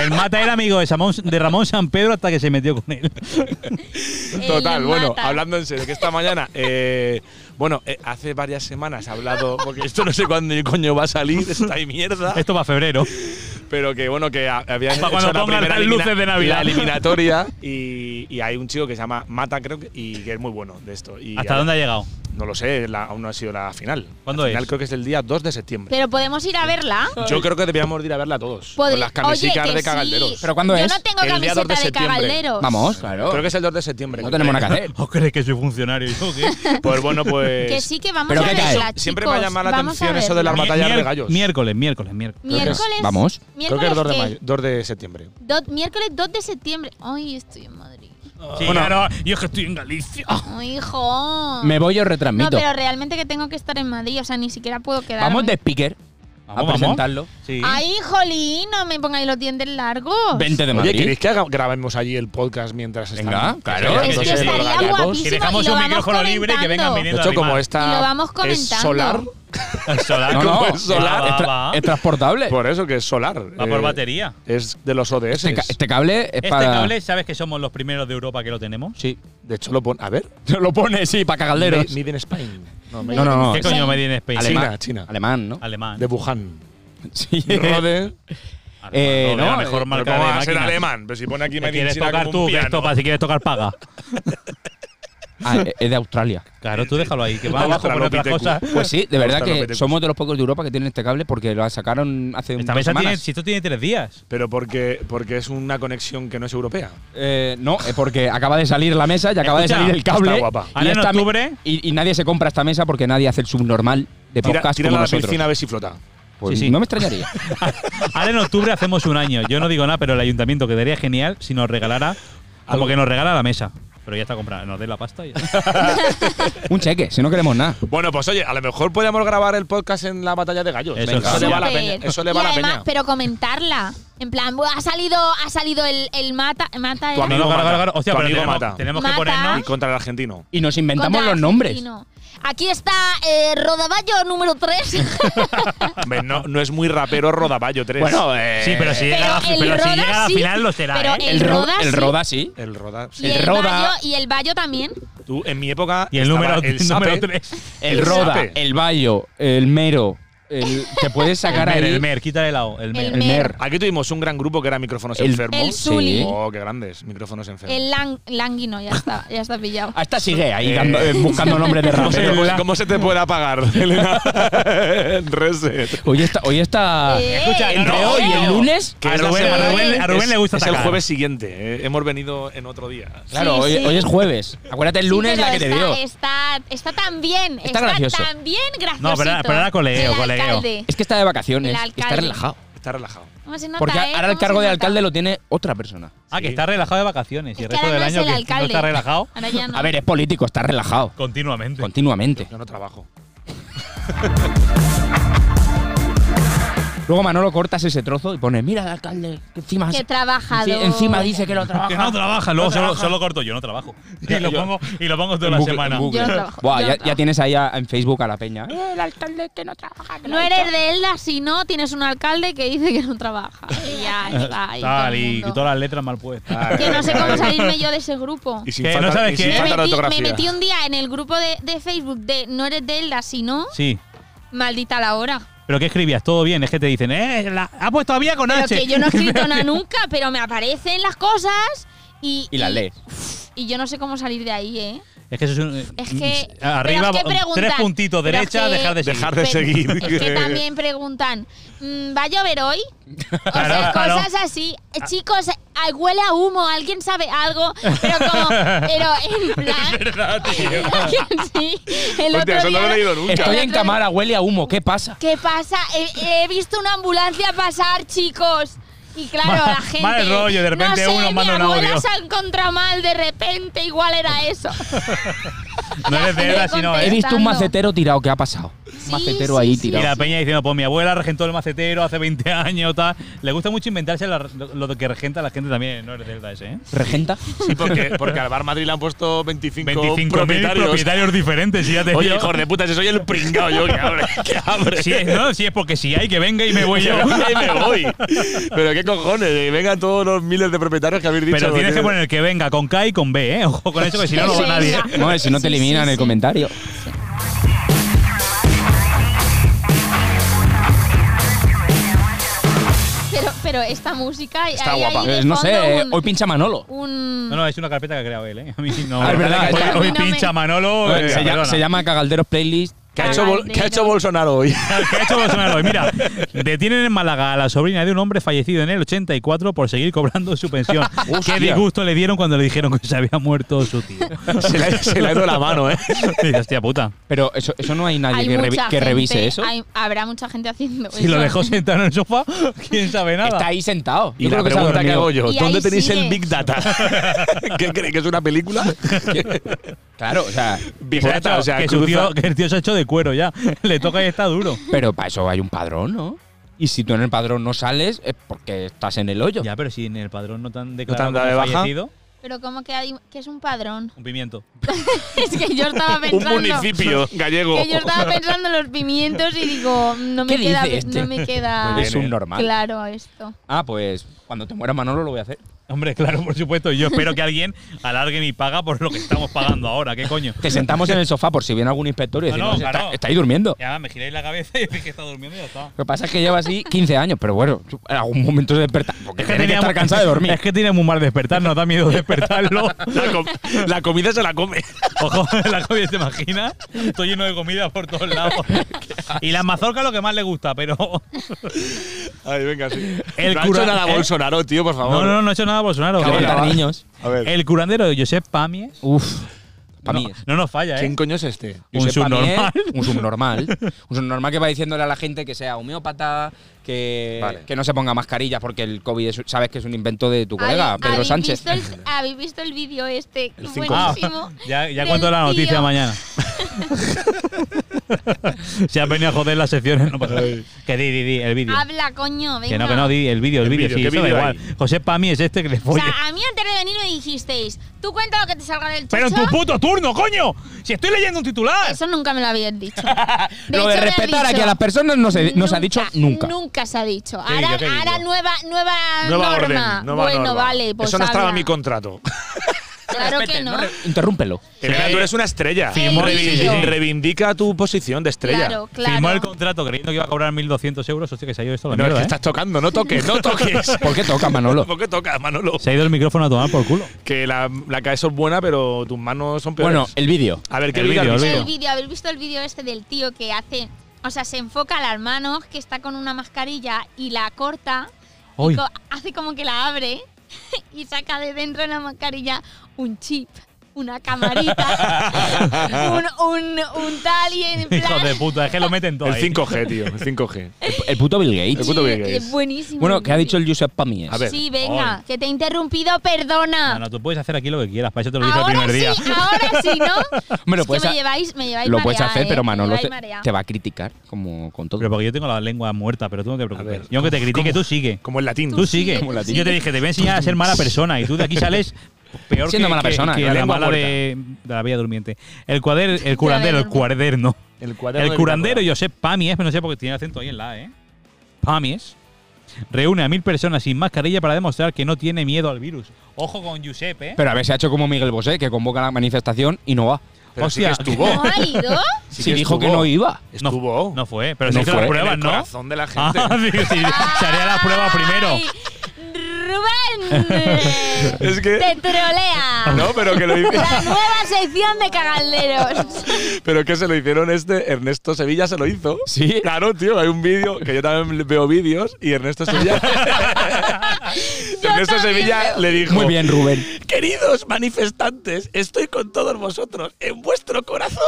El Mata era amigo de Samón- de Ramón San Pedro hasta que se metió con él.
El
Total, bueno,
mata.
hablando en serio, que esta mañana, eh, bueno, eh, hace varias semanas he hablado, porque esto no sé cuándo ni coño va a salir, esta mierda,
Esto va a febrero.
pero que bueno, que ha- habían
Para
hecho
cuando
la
pongan
primera
las
elimina-
luces de Navidad.
la eliminatoria y, y hay un chico que se llama Mata, creo que, y que es muy bueno de esto. Y
¿Hasta
a-
dónde ha llegado?
No lo sé, la- aún no ha sido la final.
¿Cuándo
la final
es?
creo que es el día 2 de septiembre.
Pero podemos ir a verla.
Yo creo que deberíamos ir a verla todos,
Podri-
con las camisetas
Oye, que
de cagalderos.
sí.
¿Pero cuándo
Yo
es?
no tengo
El día
camiseta
2 de
de,
septiembre.
cagalderos.
Vamos, claro.
Creo que es el 2 de septiembre.
No tenemos nada que hacer.
¿Os creéis que soy funcionario? ¿Yo qué?
Pues bueno, pues...
Que sí, que vamos
Pero
a
¿qué cae?
verla, chicos.
Siempre me ha llamado la
Vamos a
atención eso de
verla.
las batallas
Mier-
de gallos.
Miércoles, miércoles, miércoles.
que es-
Miércoles.
vamos.
Creo que es 2 de,
¿qué?
mayo- 2 de septiembre.
Do- miércoles 2 de septiembre. Ay, estoy en Madrid.
Sí,
Bueno.
claro, yo es que estoy en Galicia.
Ay, hijo.
Ah. Me voy yo
no,
retransmito.
pero realmente que tengo que estar en Madrid, o sea, ni siquiera puedo quedarme.
Vamos de speaker a
Vamos, vamos.
presentarlo.
Sí.
Ay, jolín, no me pongáis los dientes largos.
20 de
Oye,
Madrid.
¿queréis que haga- grabemos allí el podcast mientras están?
Venga, claro.
están
Es que
dándose
estaría
los gallagos?
guapísimo.
Que dejamos
y lo
un
vamos
micrófono libre y que vengan
comentando.
De
viniendo
hecho,
a
como
rimar.
esta
Y lo vamos
es
comentando.
solar,
El solar.
No, no,
como es
este- Va,
solar, Ah,
es,
va,
tra-
va.
es transportable.
por eso que es solar.
Va por
eh,
batería.
Es de los ODS.
Este, ca- este cable es
Este
para.
cable, ¿sabes que somos los primeros de Europa que lo tenemos?
Sí.
De hecho, lo pon. A ver.
Lo pone, sí, para cagalderos.
Made- Made in Spain. No,
No, no, no.
¿Qué
es
coño me tiene Spain?
alemán.
China, China.
Alemán, ¿no?
Alemán.
De Wuhan.
Sí.
Rode.
Alemán,
Eh,
no, de la
no,
mejor
eh,
marca
¿Cómo
de
va a ser
máquinas.
alemán? Pero si pone aquí
¿Qué
Made in
quieres
China
tocar
como
tú?
un
Que esto,
piano.
pa- si quieres tocar, paga.
Ah, eh, es de Australia.
Claro, tú déjalo ahí, que va abajo con otras
Australopithecus.
cosas.
Pues sí, de verdad que
Australopithecus.
somos de los pocos de Europa que tienen este cable porque lo sacaron hace un
Esta
par de
mesa tiene,
semanas.
si esto tiene tres días.
Pero porque, porque es una conexión que no es europea.
Eh, no, eh, porque acaba de salir la mesa y acaba
Escucha,
de salir el cable.
está guapa.
Ahora en
esta me-
octubre-
y, y nadie se compra esta mesa porque nadie hace el subnormal de
Tira,
podcast
tírala
como
a la
nosotros.
piscina a ver si flota.
Pues
Sí, sí.
No me extrañaría.
Ahora en octubre hacemos un año. Yo no digo nada, pero el ayuntamiento quedaría genial si nos regalara, como
Algo.
que nos regala la mesa. Pero ya está comprada, nos dé la pasta y ya está.
un cheque, si no queremos nada.
Bueno, pues oye, a lo mejor podemos grabar el podcast en la batalla de gallos.
Eso
Venga,
sí.
Eso le va a la
Ah, Súper.
peña. Eso le
y
va a la
además,
peña.
pero comentarla. En plan, "Buah, ha salido, ha salido el, el mata. mata era?
Tu
No,
amigo
no, claro,
mata.
claro, claro. Hostia,
Tu
pero
amigo
tenemos,
mata.
tenemos que
Mata.
Y
ponernos.
contra el argentino.
Y nos inventamos
Contra
los nombres.
Argentino. Aquí está eh, Rodaballo número 3.
Hombre, no, no es muy rapero Rodaballo 3.
Bueno, eh,
Sí, pero si
Pero
llega,
el
pero si
Roda
llega a la
sí.
final lo será,
Pero
¿eh?
el, ro-
Roda
el
sí.
Roda sí.
El Roda.
y
El
el,
Roda.
Bayo, y el Bayo también.
Tú, en mi época.
Y el
estaba
número, el
Sape,
número 3.
El,
El
Roda,
Sape.
el Bayo, el Mero. El, te puedes
El
sacar
mer,
ahí
el mer, quítale el lado. El mer.
el Mer.
Aquí tuvimos un gran grupo que era Micrófonos
El-
Enfermos.
El Zuli.
Sí.
Oh, qué grandes. Micrófonos Enfermos.
El Lang- Languino, ya está, ya está pillado.
Hasta Ah, sigue ahí
Eh,
dando- eh, buscando nombres de
Pero,
raperos.
¿cómo, cómo se te puede apagar, Elena? Reset.
Hoy está, hoy está
Eh,
Escucha,
entre
no,
hoy y Ah, el
no.
lunes.
A
es la
Rubén- a
semana-
Rubén- a Rubén
es-
le gusta
Es
sacar.
el jueves siguiente. eh, Hemos venido en otro día.
Claro,
Sí,
hoy,
sí.
hoy es jueves. Acuérdate, el
Sí,
lunes
pero
la que te
está, este.
dio.
Está, está tan bien.
Está gracioso.
tan bien graciosito.
No, pero ahora- pero ahora colegueo,
El
colegueo.
alcalde.
Es que está de vacaciones.
El
y Está
alcalde.
relajado.
Está relajado.
¿Cómo se nota,
Porque
eh?
ahora el
¿Cómo se
cargo de
nota?
alcalde lo tiene otra persona.
Ah, que está relajado de vacaciones. Y
Es
el
que
resto
ahora
del
no es
año
el
que no
alcalde.
está relajado.
Ahora ya no.
A ver, es político, está relajado.
Continuamente.
Continuamente.
Yo no trabajo.
Luego Manolo cortas ese trozo y pones, mira el alcalde, que encima,
Qué
enci-
trabajador.
encima dice que lo trabaja.
Que no trabaja, luego
No
solo,
trabaja.
solo corto yo, no trabajo. Y
Ya,
lo
yo-
pongo, y lo pongo toda
En
la
bucle,
semana.
en bucle.
Yo no trabajo,
Buah,
yo no
ya, ya
trabajo.
tienes ahí a- en Facebook a la peña. "Eh, el alcalde que no trabaja. que
No
ha
eres
hecho".
de Elda si no tienes un alcalde que dice que no trabaja. Y ya está. y todo
Tal,
el
y
mundo.
todas las letras mal puestas.
Que no sé cómo salirme yo de ese grupo.
Y sin
Que no
falta,
sabes
y sin
qué.
falta
Me
de
metí, me
ortografía.
metí un día en el grupo de, de Facebook de No eres de Elda si no,
Sí.
maldita la
Ah,
hora.
¿Pero qué escribías? Todo bien, es que te dicen, eh, la, ha puesto a Vía con
Pero
H.
que yo no he escrito nada nunca, pero me aparecen las cosas y.
Y la lees.
Y yo no sé cómo salir de ahí, ¿eh?
Es que eso es un.
Es que- pero
Arriba,
es que preguntan,
tres puntitos,
pero es
derecha,
que-
dejar de seguir.
Dejar de
Pero-
seguir.
Es que también preguntan, "Mm, ¿va a llover hoy? O sea,
Claro, claro.
cosas así. Eh, Chicos, ah, huele a humo, alguien sabe algo, pero como, pero en plan. sí, el
Hostia,
otro
eso no lo he
día-
leído nunca.
el
Estoy en
otro día-
cámara, huele a humo, ¿qué pasa?
¿Qué pasa? He, he visto una ambulancia pasar, chicos. Y claro,
Mal-
la gente.
mal rollo, de repente
no sé,
uno manda
mi
un
abuela
audio".
se ha encontrado mal, de repente igual era eso.
No eres de Elda,
Le
sino
He
eh.
contesté.
visto un
Estando.
macetero tirado, ¿qué ha pasado?
Sí,
macetero
sí,
ahí
sí,
Y
tirado.
la peña diciendo, pues mi abuela regentó el macetero hace 20 años, tal. Le gusta mucho inventarse la- lo de que regenta la gente también, no eres de Elda ese, ¿eh?
¿Regenta?
Sí, porque, porque al Bar Madrid le han puesto 25,
25.000 propietarios.
propietarios.
diferentes, si ya te
Oye,
digo.
hijo de puta, si soy el pringao yo que abre. Que abre.
Si es, no, si es porque si hay que venga y me voy yo.
Ahí me voy. Pero qué cojones, que vengan todos los miles de propietarios que habéis dicho.
Pero tienes
porque-
que poner que venga con K y con B, ¿eh? Ojo con eso, que si no, no va
Venga.
nadie. ¿eh?
No, si no te
Sí, sí,
eliminan el
sí.
comentario.
Pero, pero esta música.
Está
hay ahí
guapa.
de
Eh, no sé,
fondo
eh,
un-
hoy pincha Manolo.
un-
No, no, es una carpeta que ha creado él, ¿eh? A mí no.
Ah, es verdad que-
Hoy,
A
mí
hoy
no me-
pincha Manolo. eh,
se, llama,
perdona.
se llama Cagalderos Playlist.
¿Qué ha, hecho Bol-
Caballero.
qué ha hecho Bolsonaro hoy?
¿Qué ha hecho Bolsonaro hoy? Mira, detienen en Málaga a la sobrina de un hombre fallecido en el 84 por seguir cobrando su pensión. Qué
Hostia.
disgusto le dieron cuando le dijeron que se había muerto su tío.
se, le, ha- se le ha ido la mano, ¿eh?
Dice, hostia puta.
Pero eso, eso no hay nadie
hay
que, revi-
mucha
que revise
gente-
eso.
hay- habrá mucha gente haciendo
Si lo
eso.
dejó sentado en el sofá, quién sabe nada.
Está ahí sentado.
Y
Yo
la
creo que se ha
pregunta que
dormido.
hago yo,
Y
¿dónde
ahí
tenéis el
sigue.
Big Data? ¿Qué creéis que es una película?
Claro, o sea.
Big
Se ha
Data,
hecho-
o sea,
que, su
cruza-
tío, que el tío se ha hecho de cuero ya. Le toca y está duro.
Pero para eso hay un padrón, ¿no? Y si tú en el padrón no sales, es porque estás en el hoyo.
Ya, pero si en el padrón no tan
declarado
declarado
como
fallecido,
fallecido,
Pero como que, hay, que es un padrón.
un pimiento.
es que yo estaba
un
pensando.
municipio gallego.
Que yo estaba pensando en los pimientos y digo, no me
¿Qué
queda.
dice este?
No me queda
Es un normal.
claro esto.
Ah, pues cuando te muera Manolo lo voy a hacer.
Hombre, claro, por supuesto. Yo espero que alguien alargue mi paga por lo que estamos pagando ahora. ¿Qué coño?
Te sentamos en el sofá por si viene algún inspector y
No,
decimos,
no, claro.
está, está ahí durmiendo.
Ya, me giráis la cabeza y veis que está durmiendo y ya está.
Lo que pasa es que lleva así 15 años, pero bueno, en algún momento se desperta. Porque tiene que
tenía
estar
mu-
cansado de dormir.
Es que tiene muy mal despertar, nos da miedo despertarlo.
La, com- la comida se la come.
Ojo, la comida, ¿te imaginas? Estoy lleno de comida por todos lados. Y la mazorca lo que más le gusta, pero.
Ay, venga, sí.
El
no
cura-
ha hecho nada
¿eh?
Bolsonaro, tío, por
No,
favor.
no, no he hecho nada Bolsonaro.
Que
Cabrón.
Eh,
aguantar niños.
A ver.
El curandero Josep Pamies.
Uf, para
no,
mí.
No nos falla,
¿Quién
¿eh?
coño es este?
Un
Josep
subnormal.
Pamier, Un subnormal. Un subnormal que va diciéndole a la gente que sea homeópata, que,
Vale.
que no se ponga mascarilla porque el COVID es- sabes que es un invento de tu colega,
¿Habéis-
Pedro
habéis
Sánchez.
visto el- ¿Habéis visto el vídeo este?
El cinco.
Ah,
Buenísimo.
ya, ya
Del
cuento la noticia
tío.
mañana. Se han venido a joder las secciones, no pasa nada. Que di, di, di, el vídeo.
Habla, coño, venga.
Que no, que no, di, el vídeo, el
El
vídeo,
vídeo,
sí,
¿qué
eso da
vídeo
igual. José Pami es este que le
O
folle.
sea, a mí antes de venir me dijisteis, tú cuenta lo que te salga del chucho.
Pero en tu puto turno, coño. Si estoy leyendo un titular.
Eso nunca me lo habías dicho.
Lo de
hecho, me has
respetar aquí
dicho,
a las personas no se, no se ha dicho nunca.
Nunca se ha dicho.
¿Qué vídeo,
Ahora,
qué vídeo?
ahora nueva, nueva,
Nueva
norma.
orden, nueva
bueno,
norma.
vale, pues
Eso no estaba
habla.
en mi contrato.
Claro que no.
Interrúmpelo.
Elena, tú eres una estrella.
Firmó-
Revi-
Sí, sí, sí.
Reivindica tu posición de estrella.
Claro, claro.
Firmó el contrato creyendo que iba a cobrar 1.200 euros. Hostia, que se ha ido esto a la
No, es
mierda,
que
¿eh?
estás tocando, no toques, no toques.
¿Por qué toca, Manolo?
¿Por qué tocas, Manolo?
Se ha ido el micrófono a tomar por culo.
Que la, la cabeza es buena, pero tus manos son peores.
Bueno, el vídeo.
a ver, ¿qué
el
vídeo
vídeo,
has
el
visto?
el vídeo, habéis visto el vídeo este del tío que hace, o sea, se enfoca a las manos, que está con una mascarilla y la corta, y
Uy.
co- hace como que la abre y saca de dentro de la mascarilla un chip. una camarita, un, un, un tal y en
Hijo
plan.
de puta, es que lo meten todo
El
ahí.
5G, tío. El 5G.
El, el puto Bill Gates.
El puto Bill
Sí,
Gates.
buenísimo.
Bueno, que ha dicho el Josep Pamies.
A ver.
Sí, venga,
Oy.
que te he interrumpido, perdona.
No, no, tú puedes hacer aquí lo que quieras, para eso te lo dije el
Ahora
primer
sí, ah.
día.
ahora sí, ¿no?
Hombre, lo
Es que
puedes
me
ha-
lleváis, me lleváis
lo puedes
marea,
hacer,
¿eh?
pero
Me
Manolo
lleváis
te,
marea.
te va a criticar, como con todo.
Pero porque yo tengo la lengua muerta, pero tú no te preocupes.
ver,
yo aunque te
¿cómo-
critique, tú sigue.
Como el latín.
Tú sigue.
Como la tía.
Yo te dije, te voy a enseñar a ser mala persona y tú de aquí sales peor
Siendo
que,
mala
que-
persona,
que
claro.
la
Lengua
mala de, de la Bella Durmiente. El cuader, el curandero, el
Durmiente.
cuaderno.
El,
El curandero, yo sé, Pamies, pero no sé por qué tiene acento ahí en la, A, ¿eh? Pamies. Reúne a mil personas sin mascarilla para demostrar que no tiene miedo al virus. Ojo con Giuseppe, ¿eh?
Pero a ver, se ha hecho como Miguel Bosé, que convoca la manifestación y no va.
Pero sí que
Hostia.
estuvo.
¿No ha ido?
Sí
si dijo que
estuvo.
no iba.
Estuvo.
No fue, pero
No
se hizo
fue.
las
En
pruebas,
el
¿no?
corazón de la gente.
Ah, digo, sí, se haría las pruebas primero.
Ay, Rubén.
Es que-
Te trolea.
No, pero que lo hice.
La nueva sección de cagalderos.
Pero que se lo hicieron este, Ernesto Sevilla se lo hizo.
Sí.
Claro, tío, hay un vídeo, que yo también veo vídeos, y Ernesto Sevilla. Ernesto
también
Sevilla
veo.
le dijo.
Muy bien, Rubén.
Queridos manifestantes, estoy con todos vosotros, en vuestro corazón.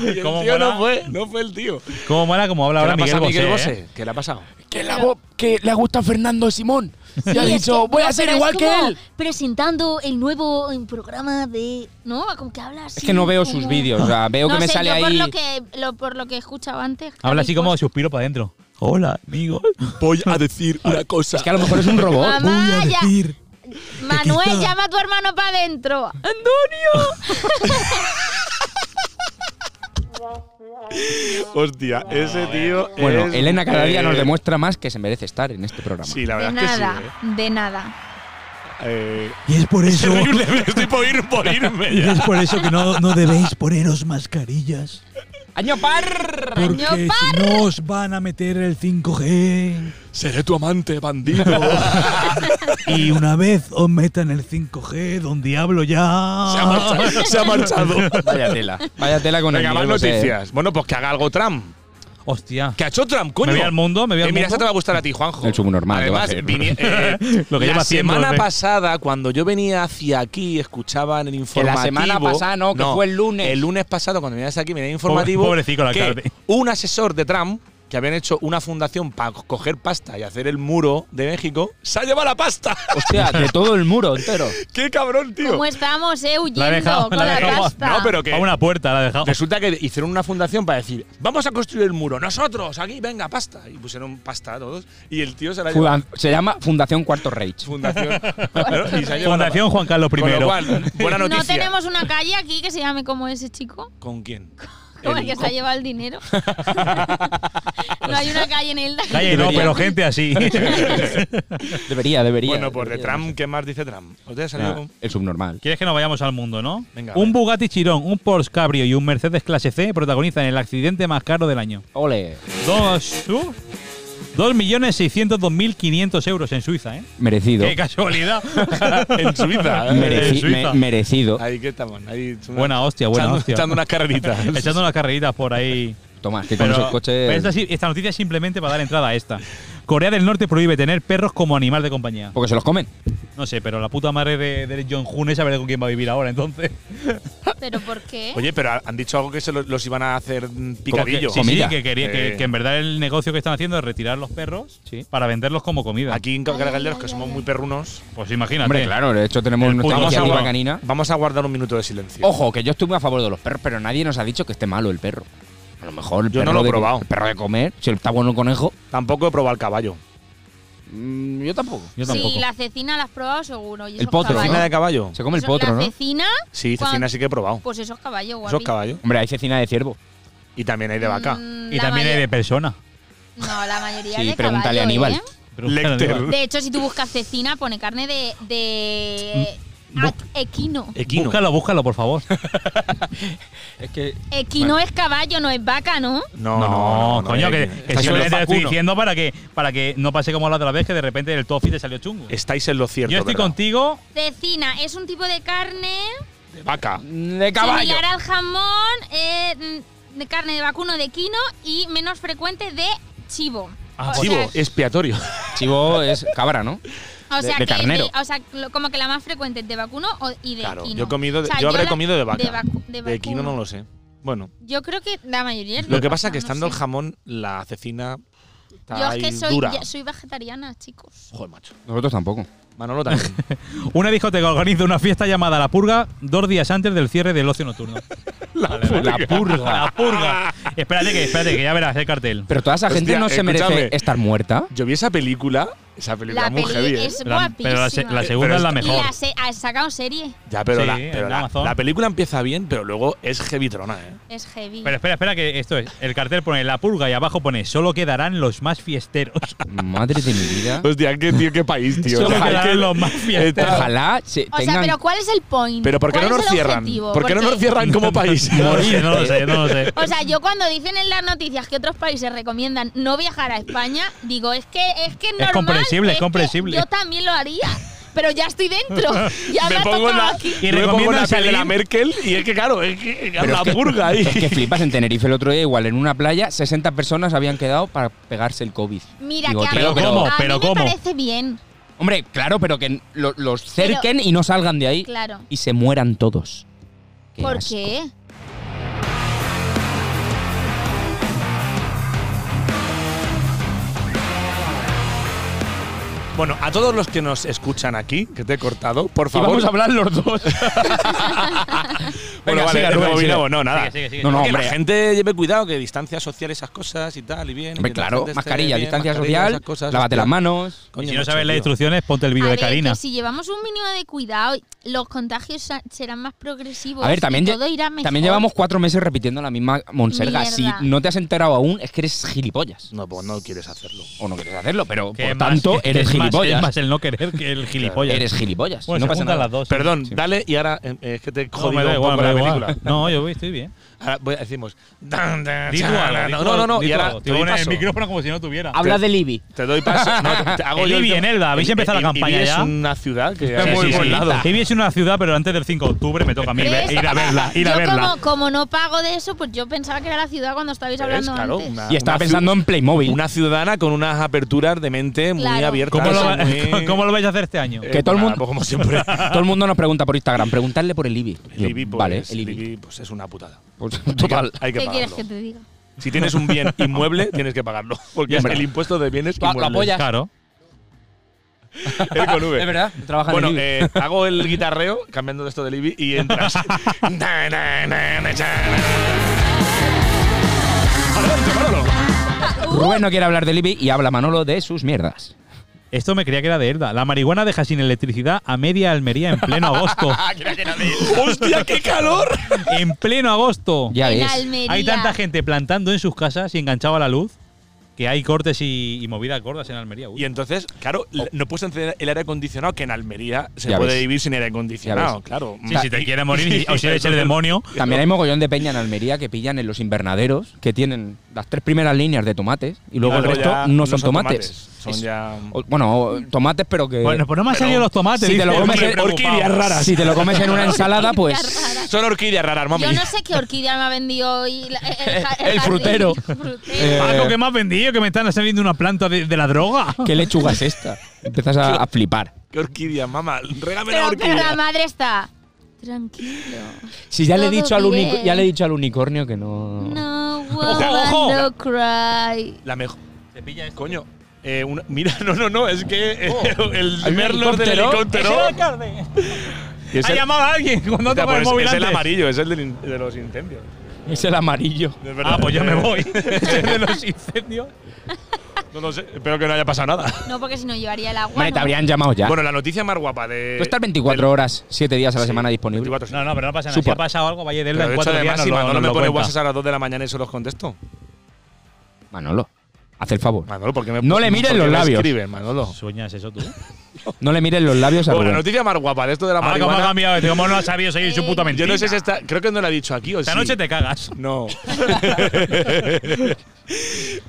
Y el
¿Cómo
tío
mola?
no fue, no fue el tío.
¿Cómo mola como habla
¿Qué le
ahora
ha pasado
Miguel
a Miguel
Bosé? ¿eh?
Bosé? ¿Qué le ha pasado?
Que, la que le ha gustado Fernando Simón.
Sí,
Y ha
es
dicho,
que-
voy
no,
a ser
pero es
igual que
como
él.
Presentando el nuevo eh, programa de. No, como que habla así.
Es que no veo sus
como-
vídeos, o sea, veo
No
que me
sé,
sale
yo Por
ahí.
lo, que, lo- por lo que he escuchado antes.
Habla así como
Pues,
suspiro para adentro. Hola, amigos.
Voy a decir una cosa.
Es que a lo mejor es un robot.
Mamá, ya. Manuel, llama a tu hermano para adentro. ¡Antonio!
Hostia, ese tío.
Bueno,
es-
Elena cada día nos
eh,
demuestra más que se merece estar en este programa.
Sí, la
De
verdad es que
nada,
sí. ¿eh?
de nada.
Eh,
Y es por
es
eso,
horrible, me estoy por, ir, por irme.
y
ya.
es por eso que no, no debéis poneros mascarillas.
¡Año par!
Porque si no os van a meter el 5G.
Seré tu amante, bandido.
Y una vez os metan el 5G, don Diablo
Se ha
ya.
marchado. Se ha marchado.
Vaya tela. Vaya tela con
Venga,
el
más
Miguel Bosé.
noticias. Bueno, pues que haga algo Trump.
Hostia.
¿Qué ha hecho Trump, coño?
Me voy al mundo, me voy al
Eh, mira,
mundo.
esta te va a gustar a ti, Juanjo.
El subnormal, ¿qué va a
Además,
hacer?
vini- eh,
Lo que
la
lleva haciendo,
semana
¿eh?
pasada, cuando yo venía hacia aquí, escuchaba en el
Que la
informativo.
semana pasada no, que fue el lunes.
El lunes pasado, cuando venía hacia aquí, venía informativo.
Pobre- pobrecito el
que
alcalde.
Un asesor de Trump, que habían hecho una fundación para coger pasta y hacer el muro de México, se ha llevado la pasta.
Hostia, de todo el muro entero.
¡Qué cabrón, tío!
¿Cómo estamos, eh? Huyendo
dejado,
con
la
la,
ha dejado.
pasta.
No, pero que.
A una puerta la ha dejado.
Resulta que hicieron una fundación para decir, vamos a construir el muro, nosotros, aquí, venga, pasta. Y pusieron pasta a todos. Y el tío se la llevó.
Funda- se llama Fundación Cuarto Reich.
Fundación. Claro, y se ha llevado la-
Fundación Juan Carlos I.
Con lo cual, buena noticia.
¿No tenemos una calle aquí que se llame como ese chico?
¿Con quién?
Como el
El-
que se ha llevado el dinero. no hay una calle en Elda.
Calle no,
Debería.
pero gente así.
Debería, debería.
Bueno, pues de
debería, no
Trump, ¿qué más dice Trump? ¿Os te ha
sé.
salido
Ah,
con-
el subnormal.
¿Quieres que nos vayamos al mundo, no?
Venga,
un
vale.
Bugatti Chirón, un Porsche Cabrio y un Mercedes Clase C protagonizan el accidente más caro del año.
Ole.
Dos. uf, 2.602.500 euros en Suiza, ¿eh?
Merecido.
¡Qué casualidad!
En Suiza. ¿eh?
Mereci-
en Suiza.
me- merecido.
Ahí que estamos. Ahí una-
buena hostia, buena
echando,
hostia.
echando unas carreritas.
Echando unas carreritas por ahí.
Tomás, que con
Pero
esos
pero esta,
coches.
sí- esta noticia es simplemente para dar entrada a esta. Corea del Norte prohíbe tener perros como animal de compañía.
Porque se los comen.
No sé, pero la puta madre de, de John Jun es a ver con quién va a vivir ahora, entonces.
¿Pero por qué?
Oye, pero han dicho algo que se lo- los iban a hacer mm, picadillo.
Sí, sí,
Comida.
que, quería, que,
Eh.
que en verdad el negocio que están haciendo es retirar los perros
Sí.
para venderlos como comida.
Aquí en Calgalderos, que somos muy perrunos,
Pues imagínate.
Hombre, claro, de hecho tenemos
El
nuestra
puto
iniciativa
seguro.
canina.
vamos a guardar un minuto de silencio.
Ojo, que yo estoy muy a favor de los perros, pero nadie nos ha dicho que esté malo el perro. A lo mejor el
Yo
perro
no lo he
de,
probado.
el perro de comer, si está bueno el conejo.
Tampoco he probado el caballo.
mm, yo tampoco.
Yo tampoco.
Sí, la cecina la has probado seguro. Y
El
esos
potro, ¿no?
caballos.
¿Cecina de caballo?
Se come el
Eso-
potro,
La
¿no?
cecina,
Sí, cecina
Cuan-
sí que he probado.
pues esos caballos, guapi.
Eso es caballo.
Hombre, hay cecina de ciervo.
Y también hay de vaca.
Mm,
y
la
también hay de
mayo-
persona.
No, la mayoría
Sí,
de
pregúntale a
caballo,
Aníbal.
¿eh?
Lecter.
De hecho, si tú buscas cecina, pone carne de. de
bu-
a- equino.
Equino.
Búscalo, búscalo, por favor.
Es que.
Equino es caballo, no es vaca, ¿no?
No,
No, no, no, no,
coño,
no,
que,
equino.
que
Estáis en lo
simplemente te estoy
vacuno.
diciendo para que, para que no pase como la otra vez que de repente el tofi te salió chungo.
Estáis en lo cierto.
Yo estoy
¿verdad?
contigo.
Cecina es un tipo de carne
De vaca.
De caballo.
similar al jamón, eh, mm, de carne de vacuno de quino y menos frecuente de chivo.
Ah,
O sea,
Chivo, expiatorio.
Chivo es cabra, ¿no?
O sea,
de
que
carnero.
de- o sea, lo- como que la más frecuente es de vacuno o- y de
Claro,
equino.
yo, he comido de-
O sea,
yo habré
la-
comido de vaca.
De, vacu- de
de equino
vacuno.
no lo sé. Bueno,
Yo creo que la mayoría es de
lo que pasa
vaca,
es
no
que estando el
sé.
jamón, la cecina está
Yo es que
ahí
soy,
dura.
ya- soy vegetariana, chicos.
Joder, macho.
Nosotros tampoco.
Manolo también.
Una discoteca organiza una fiesta llamada La Purga dos días antes del cierre del ocio nocturno. Vale, vale.
La purga.
La Purga. Espérate que, espérate que ya verás el cartel.
Pero toda esa
Hostia,
gente no se
escúchame.
merece estar muerta.
Yo vi esa película, esa película
La
muy
peli
heavy, ¿eh?
es
La-
guapísima.
pero la, se- la segunda
Pero
es la
esta-
Y
mejor.
la se- ha sacado serie.
Ya, pero,
Sí,
la,
en
pero la,
Amazon.
la película empieza bien, pero luego es heavy trona, ¿eh?
Es heavy.
Pero espera, espera, que esto es. El cartel pone La Purga y abajo pone Solo quedarán los más fiesteros.
Madre de mi vida.
Hostia, qué, tío, qué país, tío.
Ah. Solo
O sea,
quedarán
que- eh,
los más fiesteros.
Ojalá se
o sea,
tengan
pero ¿cuál es el point?
pero ¿por qué
¿Cuál
no
es
nos
el
cierran?
objetivo?
¿Por qué no
Porque-
nos cierran como país?
No lo sé, no lo sé, no lo sé.
O sea, yo cuando dicen en las noticias que otros países recomiendan no viajar a España, digo, es que es que es normal,
comprensible, es
que
comprensible.
Yo también lo haría, pero ya estoy dentro. Ya me,
me
ha
pongo
tocado
la,
aquí.
Y
yo me pongo
recomiendan
la piel de la
salir-
Merkel y es que claro, es que es
Pero
la
es que-
purga ahí.
Es que flipas en Tenerife el otro día, igual en una playa, 60 personas habían quedado para pegarse el COVID.
Mira
Digo,
que a
tío,
mí,
pero
a
¿cómo?
mí
Pero ¿cómo?
me parece bien,
Hombre, claro, pero que lo- los cerquen y no salgan de ahí
claro.
y se mueran todos. Qué
¿Por
asco.
qué?
Bueno, a todos los que nos escuchan aquí, que te he cortado, por
Y
favor.
vamos a hablar los dos.
bueno,
Venga,
vale,
siga, Rubén,
rebobinamos,
siga.
no, nada.
Sigue, sigue, sigue.
No, no,
que
hombre.
la gente lleve cuidado, que distancia social, esas cosas y tal, y bien. y
Hombre,
que la
claro,
gente esté
mascarilla,
bien,
distancia
mascarilla,
social,
esas cosas,
lávate
hostia.
las manos.
Y
Coño,
si no
macho,
sabes las
tío.
instrucciones, ponte el vídeo
a
de
ver,
Karina.
que si llevamos un mínimo de cuidado, los contagios sa- serán más progresivos.
A ver, también,
y
lle-
Pues todo irá mejor.
también llevamos cuatro meses repitiendo la misma monserga. Si
Mierda.
no te has enterado aún, es que eres gilipollas.
No, pues no quieres hacerlo.
O no quieres hacerlo, pero
Que
por
es más-
tanto,
que
eres
es más-
gilipollas.
Es más el no querer que el gilipollas.
eres gilipollas.
Bueno,
no
se
pasa
juntan
nada.
las dos.
Perdón,
Sí.
dale y ahora eh, es que te he
No,
jodido
me da
un
igual,
poco
me da
la
igual.
película.
No, yo estoy bien.
Ahora voy- decimos.
Di tú algo, di tú
no, no, no,
algo, di
y
tú
ahora
algo.
te
Te
doy
pones el
paso.
micrófono como si no tuviera.
Habla de Libby.
Te doy paso. No, te hago
El
yo
Ibi en Elda, habéis
El-
empezado
el-
la
el
campaña
Ibi
ya.
Es una ciudad que
Sí,
es
sí,
muy
sí.
buen lado.
Ibi es una ciudad, pero antes del 5 de octubre me toca a mí
¿Ves?
ver- ir a verla, ir a
yo
verla.
Como, como no pago de eso, pues yo pensaba que era la ciudad cuando estabais
Pero es,
hablando
claro,
antes.
Ah, una-
Y estaba
ciu-
pensando en Playmobil.
Una ciudadana con unas aperturas de mente muy
Claro.
abiertas.
¿Cómo lo, va-
muy-
cómo lo vais a hacer este año?
Eh,
Que todo el
nada,
mundo-
pues como siempre.
Todo el mundo nos pregunta por Instagram. Preguntarle por el Libby.
El IBI, pues,
vale, el
el
Libby.
IBI, pues, es una putada.
Pues,
Total,
total.
hay que
¿Qué quieres
pagarlo.
que te diga?
Si tienes un bien inmueble, tienes que pagarlo. Porque es
Hombre.
el impuesto de bienes
Lo- lo
inmuebles.
apoyas.
Claro.
El con V.
Es verdad, trabaja en
Bueno,
el Libby.
eh, hago el guitarreo, cambiando de esto del IBI, y entras. Na, na, na, na, cha, na. Adelante, Manolo.
Rubén no quiere hablar de Libby y habla Manolo de sus mierdas.
Esto me creía que era de Elda. La marihuana deja sin electricidad a media Almería en pleno agosto.
¡Hostia, qué calor!
en pleno agosto.
Ya
en
ves.
Almería.
Hay tanta gente plantando en sus casas y enganchado a la luz que hay cortes y, y movidas gordas en Almería. Uy.
Y entonces, claro, le- no puedes encender el aire acondicionado, que en Almería se
Oh. Ya
puede
ves.
vivir sin aire
Ya
acondicionado,
ves.
claro. Mm.
Sí, si te quieres morir o si eres el demonio.
También hay mogollón de peña en Almería que pillan en los invernaderos, que tienen las tres primeras líneas de tomates y luego el resto
ya
no son tomates.
Son
Es-
ya.
o- bueno, o- tomates, pero que.
Bueno, pues no me han
Pero-
salido los tomates.
Si te
dice
lo
el
comes
hombre
en-
preocupado.
orquídeas raras.
si te lo comes en una ensalada, pues.
Qué rara.
Son orquídeas raras, mami.
Yo no sé qué orquídea me ha vendido hoy. la- El, ja-
El frutero.
el frutero.
Eh,
Paco, ¿qué me has vendido? Que me están saliendo una planta de, de la droga.
¿Qué lechuga es esta? Empiezas a, a flipar.
¿Qué orquídea, mamá? Regálame la
pero, pero la
orquídea.
madre está. Tranquilo.
Si ya le he
Todo
dicho al
bien.
unico- ya le he dicho al unicornio que no.
No woman,
ojo.
no cry.
La mejor.
Se pilla esto.
Coño. eh, una- mira, no, no, no, es que eh,
Oh.
el
Hay un
Merlor del
helicóptero.
helicóptero.
alcalde!
Y es
¡Ha
el-
llamado a alguien cuando
o sea,
toca el
pues,
móvil
es el
antes.
amarillo, es el del in- de los incendios.
Es el amarillo.
De verdad.
Ah, pues yo me voy. de los incendios.
No lo sé, espero que no haya pasado nada.
No, porque si no llevaría el agua.
Hombre,
¿no?
te habrían llamado ya.
Bueno, la noticia más guapa de.
Tú estás
eh,
24 horas, 7 días a la
Sí,
semana disponible.
24, sí.
No, no, pero no pasa nada. Si
Supo.
ha pasado algo, Valle de Elda en
Pero de hecho,
cuatro días
además,
nos
si
lo,
Manolo
nos
me
lo
pone
cuenta.
WhatsApp a las 2 de la mañana y se los contesto.
Manolo, haz el favor.
Manolo, porque
No le miren los labios.
escriben, Manolo.
¿Sueñas eso tú?
No le mires los labios a
Bueno, la
Rubén.
noticia más guapa de esto de la
Ah, ¿cómo ha
marihuana.
cambiado? este? ¿Cómo no ha sabido seguir su puta
Yo
mentira?
no sé si está. Creo que no lo ha dicho aquí o
Esta
sí.
noche te cagas.
No.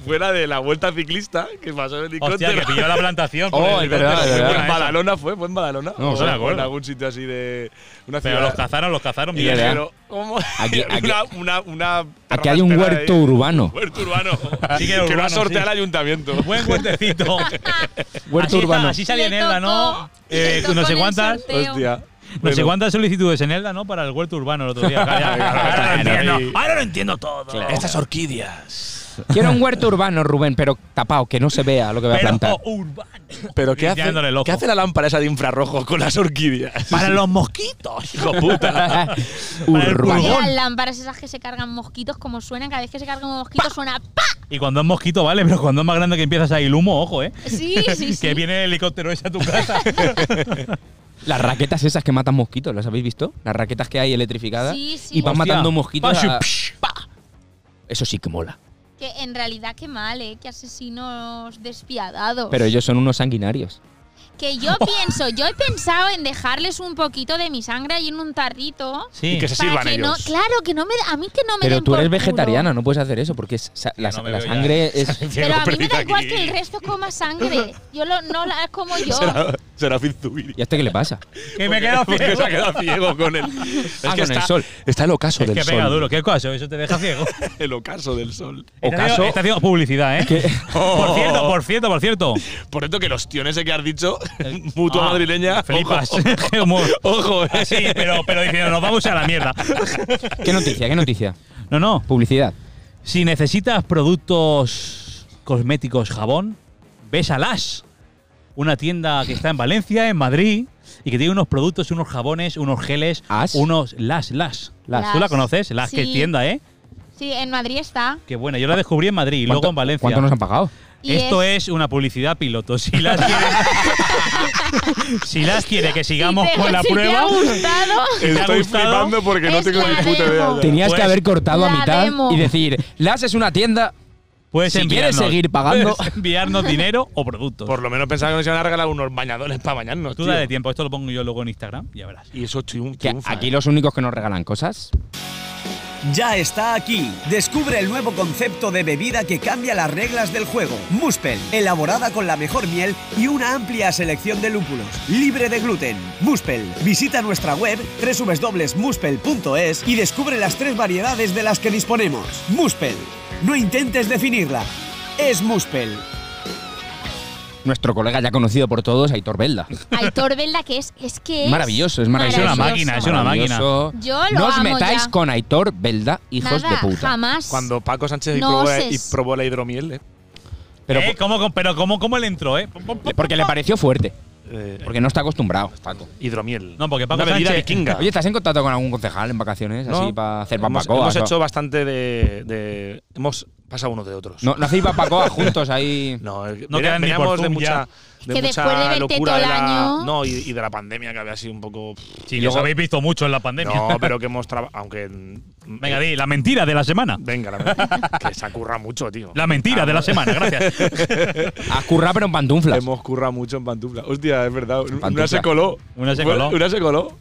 Fuera de la vuelta ciclista que pasó en el
Hostia, que
helicóptero.
pilló la plantación. por
Oh,
el
es verdad,
helicóptero.
es
Muy
verdad.
¿Fue
buena
en
esa.
Badalona fue? ¿Fue en Badalona?
No,
¿O
no me
en
acuerdo.
algún sitio así de. Una
Pero
ciudad.
los cazaron, los cazaron
Y
bien.
le-
Pero, ¿cómo?
¿eh? Aquí- aquí-
una, una, una
Aquí hay un
terracera
huerto
eh.
ahí.
urbano.
Huerto urbano.
Sí que era
lo ha
urbano, sí.
al ayuntamiento.
Buen huertecito.
Huerto
así, está,
urbano.
así salía en
Le
Elda, ¿no?
tocó-
Eh,
le tocó
no
en
sé
el
cuántas.
sorteo.
Hostia.
No sé
Bueno,
cuántas solicitudes en Elda, ¿no? Para el huerto urbano el otro día. Ahora lo entiendo, ahora lo entiendo todo.
Estas orquídeas.
Quiero un huerto urbano, Rubén, pero tapado, que no se vea lo que voy a
Pero oh,
plantar.
urbano.
Pero ¿qué
Y
hace,
tirándole el ojo.
¿qué hace la lámpara esa de infrarrojo con las
Ah,
orquídeas?
Para los mosquitos.
Hijo
oh.
puta.
Y
urbano.
pulgón.
las lámparas esas que se cargan mosquitos, como suenan, cada vez que se cargan un mosquito suena ¡pa!
Y cuando es mosquito, vale, pero cuando es más grande que empiezas a ir humo, ojo, ¿eh?
Sí, sí, sí.
Que viene el helicóptero ese a tu casa.
Las raquetas esas que matan mosquitos, ¿las habéis visto? Las raquetas que hay electrificadas
Sí, sí.
y van
Hostia.
matando mosquitos.
Pa,
a-
shu, pa.
Eso sí que mola.
Que en realidad qué mal, ¿eh? Que asesinos despiadados.
Pero ellos son unos sanguinarios.
Que yo pienso, yo he pensado en dejarles un poquito de mi sangre ahí en un tarrito.
Sí.
Y que se sirvan
que no,
ellos.
claro, que no me, a mí que no me
Pero
den
tú
por
eres
culo.
vegetariana, no puedes hacer eso porque es sa- la,
no me
la
veo ya.
sangre es.
Pero a mí me
Perdido
da igual
aquí.
que el resto coma sangre. Yo lo- no la como yo.
Será, será Zubiri.
¿Y a este qué le pasa?
Que me quedo
Porque se
ciego.
ha quedado ciego con el, es
Ah,
que
con el
está-
sol.
Está el ocaso
Es
del
que
sol.
pega duro, ¿qué cosa? Eso te deja ciego.
El ocaso del sol.
Está
Ocaso-
haciendo- Está haciendo publicidad, ¿eh? Por
Oh.
cierto, por cierto, por cierto.
Por cierto, que los tiones ese que has dicho, mutua
Ah,
madrileña.
Flipas.
Ojo,
Como-
ojo, eh.
Así, pero, pero diciendo, nos vamos a la mierda.
¿Qué noticia? ¿Qué noticia?
No, no.
Publicidad.
Si necesitas productos cosméticos jabón, ves a Lash, una tienda que está en Valencia, en Madrid, y que tiene unos productos, unos jabones, unos geles,
¿As?
unos Lash, Lash.
Lash.
¿Tú la conoces? Lash, qué
Sí.
tienda, ¿eh?
Sí, en Madrid está.
Qué buena. Yo la descubrí en Madrid y
¿Cuánto-
luego en Valencia.
¿Cuánto nos han pagado?
Y
Esto es una publicidad piloto. Si Lash quiere, si Lash quiere que sigamos
Y te-
con la
si
prueba,
Te ha gustado.
¿Te ha
Estoy
gustado?
flipando porque no
Es
tengo ni
la
puta idea.
demo.
Tenías
Pues-
que haber cortado a
La
mitad
demo.
y decir, Las es una tienda.
puedes
Si quieres
enviarnos-
seguir pagando.
puedes enviarnos dinero o productos.
Por lo menos pensaba que nos iban a regalar unos bañadores para bañarnos.
Tú
tío.
dale tiempo. Esto lo pongo yo luego en Instagram, ya verás.
Y eso triun-
Que
triunfa.
aquí
eh.
los únicos que nos regalan cosas.
Ya está aquí. Descubre el nuevo concepto de bebida que cambia las reglas del juego. Muspel, elaborada con la mejor miel y una amplia selección de lúpulos, libre de gluten. Muspel, visita nuestra web www.muspel.es y descubre las tres variedades de las que disponemos. Muspel, no intentes definirla. Es Muspel.
Nuestro colega ya conocido por todos, Aitor Belda.
Aitor Velda, que es, es que es.
Maravilloso, es maravilloso.
Es una máquina, es una máquina.
Maravilloso.
Yo lo
no os
amo
metáis
ya.
con Aitor Belda, hijos
Nada,
de puta.
Jamás.
¿eh? Cuando Paco Sánchez
No
probó, la-
sé.
y probó la hidromiel, eh.
Pero,
Eh, ¿cómo, cómo- pero cómo, cómo le entró, ¿eh?
Porque le pareció fuerte.
Eh,
Porque no está acostumbrado, Paco.
hidromiel.
No, porque Paco
Una bebida
Sánchez-
vikinga.
Oye, ¿estás en contacto con algún concejal en vacaciones?
No,
Así para hacer
hemos,
barbacoa.
hemos
o-
hecho bastante de, de- Hemos pasado uno de otros.
No, no hacéis barbacoa juntos ahí.
No, el-
No
vene-
quedan ni
veníamos
por
de
Zoom
mucha, de
que
mucha
después de verte
locura
todo
de
el
la-
año-
no, y, y de la pandemia que había sido un poco pff,
Sí, que os habéis visto mucho en la pandemia.
no, pero que hemos trabajado aunque mm,
Venga,
eh,
di, la mentira de la semana.
venga, la verdad, que se acurra mucho, tío.
La mentira de la semana, gracias.
A currar, pero en pantuflas.
Ah, Hemos currado mucho en pantufla. Hostia, es verdad, una
pantufla.
se coló.
Una se coló.
Una se coló.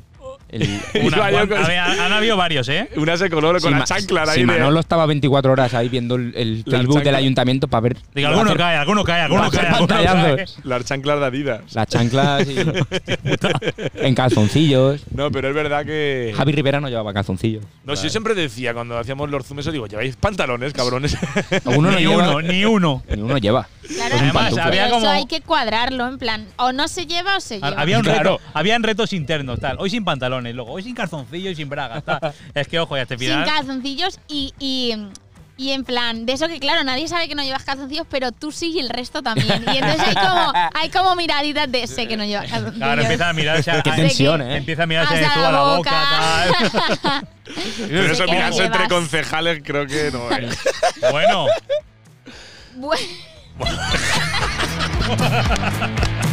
El-
Una
Iba yo
cuanta-
con-
a ver, han habido varios, ¿eh?
Una se coló con
si
la
Ma-
chancla
si
ahí de-
Manolo estaba 24 horas ahí viendo el, el
La
Facebook del
chancla.
ayuntamiento para ver.
Diga, alguno cae, alguno cae, alguno
hacer
cae. alguno cae.
pantallazos.
Las chanclas de Adidas.
Las chanclas y. en calzoncillos.
No, pero es verdad que.
Javi Rivera no llevaba calzoncillos.
No, si yo siempre decía cuando hacíamos los zooms, yo digo, lleváis pantalones, cabrones.
Alguno no
ni
lleva.
uno, ni uno.
Ni uno lleva.
Claro,
Pues en
Además,
pantuflas.
había
pero
como-
eso hay que cuadrarlo, en plan, o no se lleva o se lleva.
Ha- Había un reto,
Claro.
habían retos internos, tal. Hoy sin pantalones, luego hoy sin calzoncillos y sin bragas, tal. Es que ojo, ya este
sin
final.
calzoncillos y, y, y en plan, de eso que claro, nadie sabe que no llevas calzoncillos, pero tú sí y el resto también. Y entonces hay como, hay como miraditas de sé que no llevas calzoncillos.
Claro, empieza a mirarse. a-
Qué
a-
tensión,
que-
eh.
Empieza a mirarse
Hasta
tú a la boca, tal.
Pero eso
sé que
mirarse
no
entre
llevas.
concejales creo que no es.
Bueno,
Bueno,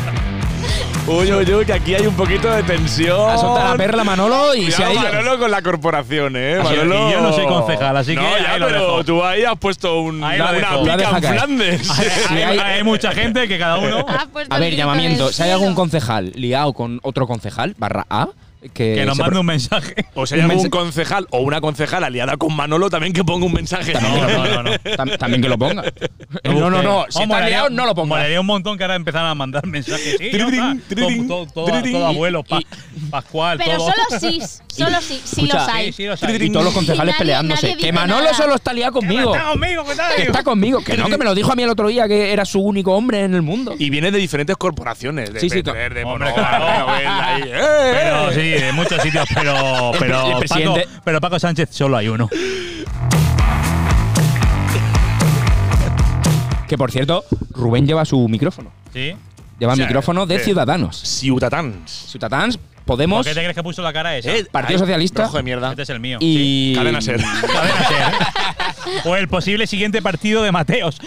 Uy, uy, uy, que aquí hay un poquito de tensión.
Ha soltado la perla Manolo y se
Cuidado,
ha ido.
Manolo con la corporación, eh.
Así es,
Manolo.
y yo no soy concejal, así
No,
que
ya,
ahí lo
pero
dejo.
tú ahí has puesto un,
Ahí lo
una
dejo.
Lo ha
pica
dejado
en
caer.
Flandes.
Sí,
hay,
hay-
hay mucha gente que cada uno.
ha puesto
A
el
ver,
grito
llamamiento.
del
Si hay algún
cielo.
concejal liado con otro concejal, barra A, que,
que nos
se
mande
pro-
un mensaje.
O si hay algún
mensaje-
concejal o una concejal aliada con Manolo, también que ponga un mensaje.
No, no, no. no.
tam- también que lo ponga. Eh, no, no, no. Si
Oh,
está
molaría-
liado, no lo ponga.
Molaría un montón que ahora empezaran a mandar mensajes. Sí, ¿no?
Tirirín,
Ah,
tirirín,
todo, todo,
tirirín.
todo abuelo, pa-
Y-
Pascual,
Pero
todo.
solo sí, solo sí, sí
Escucha,
los hay.
Sí, sí, lo
Y todos los concejales
Y nadie-
peleándose.
nadie
que
dice
Manolo
nada.
solo está liado conmigo.
Está conmigo, ¿qué tal?
Que está conmigo. Que no, que me lo dijo a mí el otro día que era su único hombre en el mundo.
Y viene de diferentes corporaciones. De
Sí, sí,
Petrer, de
hombre,
Monóvar,
claro.
de Novelda, ahí. ¡Eh, eh!
Pero sí, de muchos sitios, pero,
El pre- el
pero, Paco,
presidente-
pero Paco Sánchez solo hay uno.
Que por cierto, Rubén lleva su micrófono.
¿Sí?
Lleva
O sea,
micrófono de
eh,
ciudadanos.
Ciutatans.
Ciudadanos,
¿Por
Podemos
qué te crees que puso la cara esa?
Eh,
Partido
ay,
Socialista.
Rojo de mierda.
este es el mío.
y.
Cadena ser.
Cadena Ser. O el posible siguiente partido de Mateos.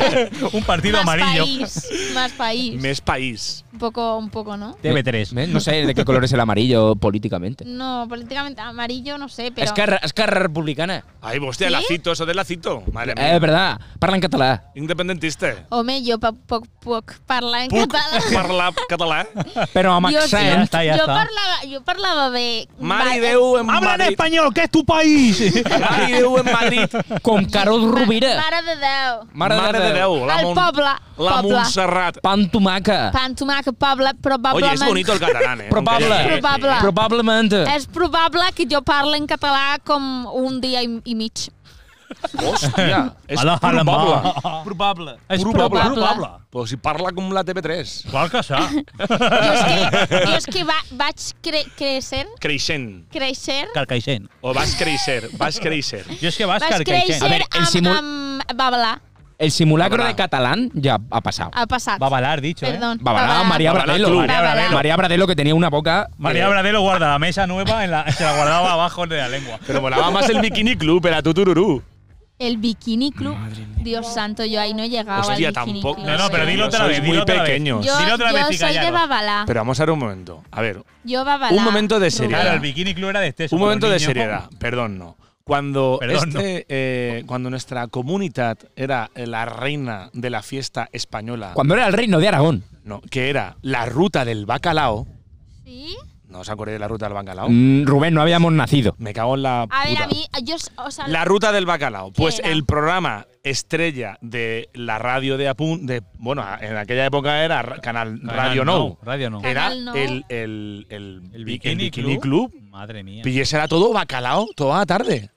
Un
más
partido amarillo.
país, más país.
Mes país.
Un poco, un poco, ¿no?
TV3.
¿Ves? No sé de qué color es el amarillo políticamente.
No, políticamente amarillo no sé, pero
Esquerra, Esquerra Republicana.
Ay, hostia,
¿Sí?
lacito, eso de lacito. Madre
Eh, Es
mía.
verdad. Parla en catalán.
Independentiste.
home, jo pa- poc, poc parla en
Puc
català.
parlar català. eh?
Pero a
Jo,
sí, ja
Maxent.
està, ja
jo,
està.
parlava, jo parlava de...
Mari
va-
Déu en
¡Habla en
Madrid.
español, que es tu país!
Mari Déu en Madrid.
Con Carol Rovira.
Mare de Déu.
Mare de Déu.
La,
El
Mon-
poble,
la
poble.
Montserrat.
Pan tumaca.
Pa entomar que poble, probablement...
Oye, es bonito el catalán, eh.
Probable.
Aunque-
Sí, Probable.
Probablemente.
És probable que jo parli en català com un dia i, i mig.
Hòstia. és
Hola, hola,
probable.
ma.
Probable.
És
probable.
Però si parla com la TV3.
Igual que això.
Jo és que, jo és que va, vaig cre créixer,
Creixent.
créixer,
Carcaixent.
O vas créixer, vas créixer.
Jo és que vas
vaig créixer
A
carcaixent.
veure, el
amb,
simul-
amb Babalà.
El simulacro
Habrá.
de catalán ya ha pasado.
Ha passat.
Va a balar,
eh?
dicho, eh?
Perdón.
Babalá, María
Babalá
Bradelo.
Club.
María
Babalá.
Bradelo. María Bradelo que tenía una boca.
eh. María Bradelo guarda la mesa nueva, en la, se la guardaba abajo de la lengua.
Però volava más el Bikini Club, era tu tururú.
El Bikini Club. Dios santo, yo ahí no llegaba
Hostia,
al Bikini
tampoco.
Club.
No, no, pero dilo otra
Sois
vez.
muy
dilo otra vez.
pequeños.
Yo,
Dilo otra vez,
yo
y
soy de
cállalo.
Babalá.
Pero vamos a ver un momento. A ver,
Yo Babalá.
Un momento de seriedad.
Claro, el bikini club era de exceso.
un momento
pero
de
el niño-
seriedad. Perdón, no. Cuando,
Perdón,
este, eh, cuando nuestra comunidad era la reina de la fiesta española,
Cuando era el reino de Aragón.
no, que era la ruta del bacalao,
¿Sí?
¿no os acordáis de la ruta del bacalao?
Mm, Rubén, no habíamos nacido.
Me cago en la
A ver,
puta.
a mí, yo, o sea,
La ruta del bacalao. Pues
era?
el programa estrella de la radio de Apun, de, bueno, a- en aquella época era ra- canal Radio No.
Radio no.
Eh,
Era
Canal No.
el, el, el,
El
bi-
Bikini,
Club.
club. Madre mía.
Y ese era todo bacalao toda la tarde.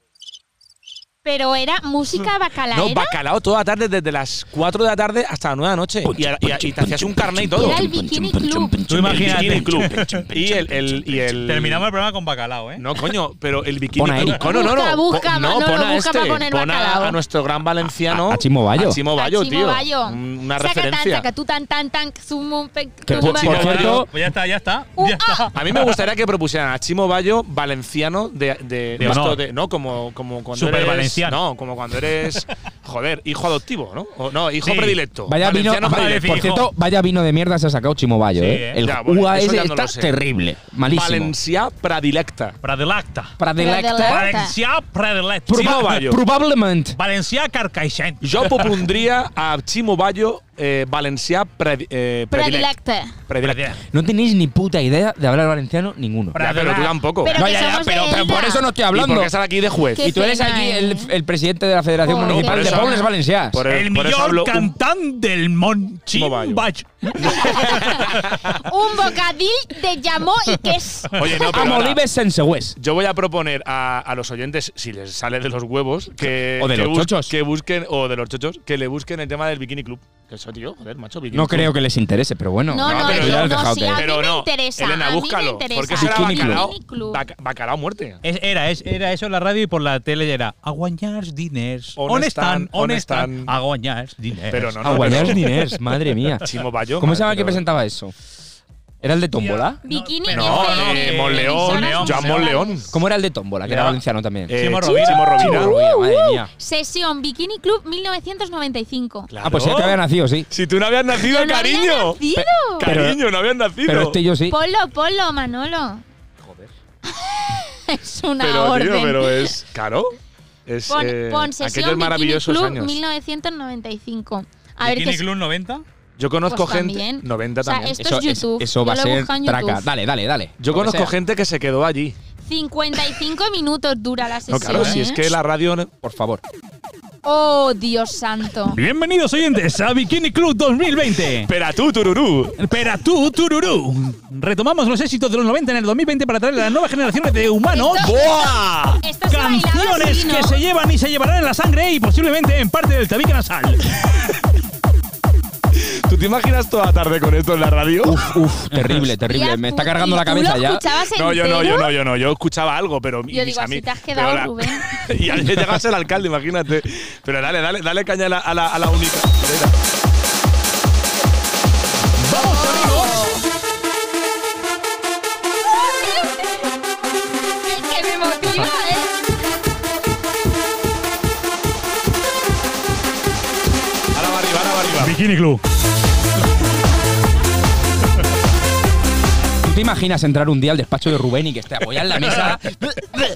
pero era música
No,
bacalaera.
bacalao toda la tarde, desde las 4 de la tarde hasta las 9 de la noche. Y, a- y a- y te hacías un carnet y todo.
Era el Bikini Club.
Tú imagínate.
Bikini Club. y el. el- y el-
Terminamos el programa con bacalao, ¿eh?
No, coño, pero el Bikini
Pon a
Club.
Eric.
No, no, no.
Busca,
no.
busca,
Pon-
Manolo,
no, pon a
busca
este.
pa poner
Pon
bacalao.
a, a nuestro gran valenciano.
A- a Chimo Bayo.
A Chimo Bayo,
Chimo
tío.
Bayo.
Una
Saca tan,
referencia.
saca tú tan, tan, tan, zum, un, pe-
Que
zum,
por-
ba-
Chimo por cierto-
Bueno, pues ya está, ya está.
Uh,
ya está.
A mí me gustaría que propusieran a Chimo Bayo valenciano de, de, de
honor.
esto de- no como como cuando
Super
eres-
valenciano.
no como cuando eres joder hijo adoptivo no o, no hijo
Sí.
predilecto
Vaya vino,
valenciano predilecto
por
fijo.
cierto, vaya vino de mierda se ha sacado Chimo Bayo,
Sí,
¿eh?
eh.
El
Ya, bueno,
UAS
eso ya no
está
lo sé.
terrible, malísimo.
Valencia predilecta
Pradelacta.
Pradelacta.
Pradelacta.
Valencià predilecta.
Chimo Bayo.
Probablement.
Valencià carcaixent.
yo propondría a Chimo Bayo eh, valencià predi- eh, predilect.
Predilecte.
Predilecta.
No tenéis ni puta idea de hablar valenciano ninguno.
Pra-
Ya, pero tú tampoco
Pero
no,
que
ya, ya,
somos
pero,
de
pero por
Elda.
eso no estoy
y
hablando.
porque están aquí de juez
Qué
Y tú eres
pena,
aquí
eh.
el, el presidente de la Federación
Por-
Municipal
por
de
eso-
Pobles Valencians.
por
El
Eh, por eso
millor
hablo un-
cantant del món,
Chimo Bayo.
Chimbacho.
Un bocadil de llamó y queso.
oye no pero
Amo
ahora,
Olives sense West.
Yo voy a proponer a, a los oyentes, si les sale de los huevos, que,
O de
que
los chochos.
que busquen, o de los chochos, que le busquen el tema del Bikini Club. Que eso, tío, joder, macho, Bikini
No
Club.
creo que les interese, pero bueno.
No,
no,
pero
yo
ya
no,
has dejado
sí,
de-
a mí
Pero
me
no,
interesa,
Elena,
a mí me
búscalo.
interesa.
Porque eso era
Bikini Eh,
bacalao,
Club.
bac- bacalao a muerte.
Es- era, es- era eso en la radio y por la tele era a guanyar diners.
On
On
estan,
estan, on
on
estan,
estan.
a guanyar diners.
Pero no, no.
A guanyar
pero-
diners, madre mía.
Chimo Bayo.
¿Cómo se llama el que
pero-
presentaba eso? ¿Era el de Tómbola?
Bikini
No,
Club.
eh,
eh,
Monleón,
Monleón,
Joan Monleón.
¿Cómo era el de Tómbola? Que era
Ya.
valenciano también.
Eh,
Chimo
Chimo
Rovira.
Rovira.
Chimo Rovira,
Uh,
madre mía.
Sesión Bikini Club 1995.
Ah, pues ya te había nacido, sí.
Si tú no habías nacido,
Yo no había
cariño.
nacido.
Pe- Cariño, no habías nacido.
Pero este yo sí.
Polo, polo, Manolo. Joder. es una
Pero,
orden.
tío, pero es caro. Es
Pon,
eh,
pon
aquellos
sesión Bikini
maravillosos
Club
años.
1995. A ver
Bikini
qué es-
Club 90?
Yo conozco
Pues
gente.
también.
90
O sea,
también.
es- Esto YouTube.
eso va a
Yo lo he
ser
buscado en
traca.
YouTube.
Dale, dale, dale.
Yo
Lo que
conozco
sea.
gente que se quedó allí.
55 minutos dura la
No,
sesión.
claro, si es
¿eh?
que la radio.
Por favor.
Oh, Dios santo.
Bienvenidos oyentes a Bikini Club 2020.
Espera tú, tururú.
Pero tú, tururú. Retomamos los éxitos de los 90 en el 2020 para traer a las nuevas generaciones de humanos
¡Buah!
Esto se bailaba
canciones
así, ¿no?
que se llevan y se llevarán en la sangre y posiblemente en parte del tabique nasal.
¿Tú te imaginas toda la tarde con esto en la radio?
Uf, terrible, terrible.
Tía,
Me está
tú-
cargando
¿y
la
tú
cabeza
lo
ya.
escuchabas
No, yo no, yo
entero?
no, yo no. Yo escuchaba algo, pero.
Yo digo, así te has quedado, Rubén.
y al llegas el alcalde, imagínate. Pero dale, dale, dale caña a la, a la, a la única. Venga.
Vamos amigos.
El que me motiva, ¿eh?
Ahora va arriba, ahora va arriba.
Bikini Club.
¿Tú te imaginas entrar un día al despacho de Rubén y que esté apoyado en la mesa?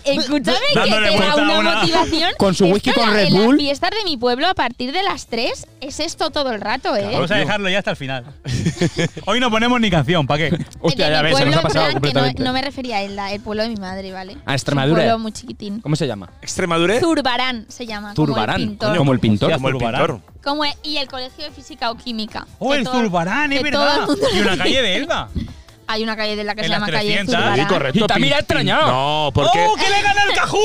Escúchame, que
Dándole
te da
vuelta a
una,
una-
motivación.
Con su whisky
Esto,
con
la-
Red
En
Bull.
las fiestas de mi pueblo, a partir de las 3, es esto todo el rato, ¿eh?
Vamos a dejarlo ya hasta el final. Hoy no ponemos ni canción, ¿para qué?
Hostia,
de
ya
mi
ves, se nos
pueblo,
ha pasado
en plan, que no-
completamente.
No, me refería a él, la- el pueblo de mi madre, ¿vale?
A Extremadura.
Es un pueblo muy chiquitín.
¿Cómo se llama?
Extremadure.
Zurbarán se llama. Como el
Zurbarán.
pintor.
Como el pintor.
Hostia,
Como el
Zurbarán.
pintor.
Como e- y el colegio de física o química.
¡Oh,
Que
el
todo-
Zurbarán, es
que todo el
verdad!
mundo-
Y una calle de Elba.
Hay una calle de la que
En
se
las
llama calle
300.
Zurbarán.
Sí, correcto.
Y también ha extrañado.
No, porque.
¡Oh, que le gana el Cajú!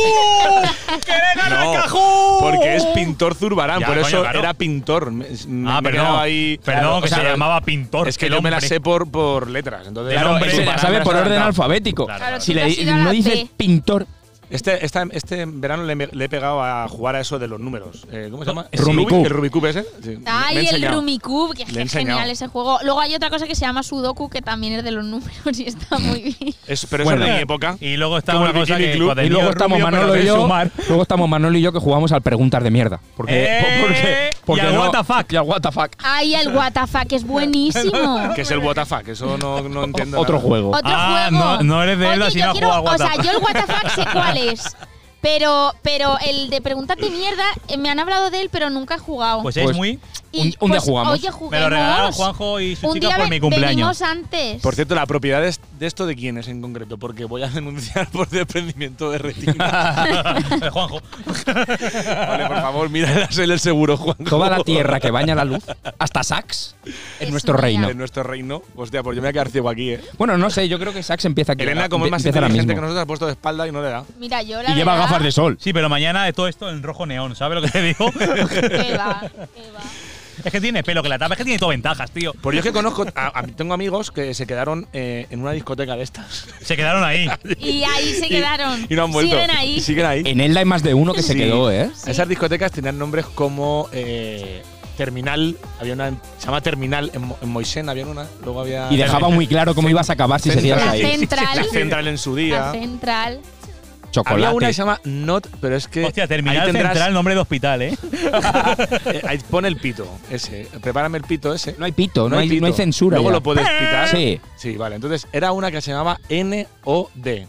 ¡Que le gana
No,
el Cajú!
Porque es pintor Zurbarán,
Ya,
por
coño,
eso
claro.
era pintor. Me- me
Ah, perdón.
he quedado ahí-
perdón,
Claro,
que
o sea,
se llamaba pintor.
Es que
el
yo me la
hombre.
sé por, por letras. Entonces,
El
claro,
hombre
Se
Zurbarán
la
Zurbarán
sabe
me
por
has
orden
adelantado.
alfabético.
Claro,
claro.
Si
Tú te has
le
ido a la
no dices
B.
pintor,
Este, esta- este verano le, me- le he pegado a jugar a eso de los números. Eh, ¿Cómo se llama? ¿Es
Rubik's
Rubik?
Cube.
¿El Rubik's Cube ese? Sí, me ha
Ay, el
enseñado.
Rumicube, que es
Le he
que es genial
enseñado.
ese juego. Luego hay otra cosa que se llama Sudoku, que también es de los números y está muy bien.
Es- pero
Bueno.
eso es de mi época.
Y luego está
Como
una
el
cosa
Bikini
que
Club.
con el
y luego
niño
estamos
rubio, pero
Manolo y
de
yo.
sumar.
Luego estamos Manolo y yo que jugamos al preguntas de mierda. Porque,
Eh,
porque, porque
y al
no-
what the fuck.
y al what the fuck.
Ay, el WTF, que es buenísimo.
Que es el WTF, que eso no, no entiendo.
Otro
nada.
juego.
Otro
Ah,
juego.
no- no eres de Elda
Oye,
si
yo
no has
quiero-
jugado a
O sea,
WTF.
yo el WTF sé cuál es. Pero, pero el de preguntarte mierda, eh, me han hablado de él, pero nunca he jugado.
Pues es
Pues-
muy.
un- un día jugamos.
Oye, juguemos.
Me lo regalaron Juanjo y su
Un
chica
día
por
ve-
mi cumpleaños.
venimos antes.
Por cierto, la propiedad es- de esto de quién es en concreto, porque voy a denunciar por desprendimiento de retina.
Eh, Juanjo.
vale, por favor, mira en el seguro, Juan.
Toda la tierra que baña la luz, hasta Sax, en
Es
nuestro
mía.
reino.
De nuestro reino. Hostia, pues yo me voy a quedar ciego aquí, eh.
Bueno, no sé, yo creo que Sax empieza aquí.
Elena, como es más
empieza ahora
inteligente que
mismo.
nosotros, ha puesto de espalda y no le da.
Mira, yo la
Y lleva
verdad-
gafas de sol.
Sí, pero mañana todo esto en rojo neón, ¿sabes lo que te digo?
Que va, que va.
es que tiene pelo que la tapa, es que tiene todo ventajas, tío.
Por Pues yo es que conozco, a- a- tengo amigos que se quedaron eh, en una discoteca de estas.
Se quedaron ahí.
Y ahí se quedaron.
Y no han vuelto.
Siguen ahí.
Y siguen ahí.
En Elda hay más de uno que se
Sí.
quedó, ¿eh?
Sí.
Esas discotecas tenían nombres como eh, Terminal, había una, se llama Terminal, en, Mo- en Moisén había una, luego había
Y dejaba muy claro cómo ibas a acabar si
Central.
seguías
La
ahí.
la
central.
Central en su
La
día.
central.
Había una
Chocolate.
que se llama Not, pero es que
Hostia, terminal
ahí tendrás-
central, nombre de hospital, ¿eh?
eh, ahí pone el pito ese, prepárame el pito ese.
No hay pito, no, hay,
pito.
no hay censura.
Luego
ya.
lo puedes
Ah.
pitar.
Sí.
Sí, vale. Entonces era una que se llamaba NOD,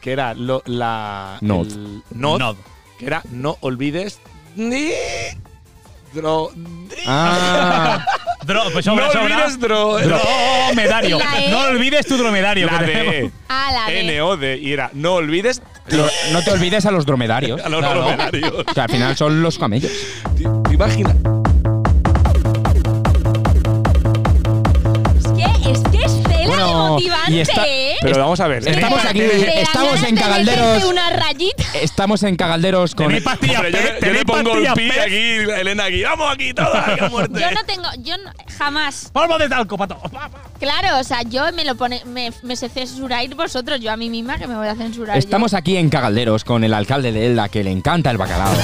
que era lo- la
Not.
el Not,
Not.
que era no olvides ni dro- ni-
Ah,
Dro, pues
no
sobra, sobra.
olvides dro-
Dromedario.
La E.
No olvides tu dromedario.
La
que
D,
tenemos.
A la de.
NOD y era no olvides
lo- no te olvides a los dromedarios.
a los
Claro.
dromedarios.
Que al final son los camellos.
¿Te imaginas?
Es que es, que es tela
Bueno,
de motivante,
y está-
¿eh?
Pero vamos a ver.
Está- Estamos aquí,
Te dan
estamos
ganas
en
de meterte
Cagalderos.
una rayita.
Estamos en Cagalderos con.
Tenéis pastillas.
Hombre, yo,
P,
le- yo
tenéis
le pongo el
pastillas
pi
P.
aquí, Elena aquí. Vamos aquí todos aquí a muerte.
Yo no tengo, yo no- jamás.
Polvo de talco, pato. Pa, pa.
Claro, o sea, yo me lo pone, me, me se censuráis vosotros, yo a mí misma que me voy a censurar. yo.
Estamos aquí en Cagalderos con el alcalde de Elda que le encanta el bacalao.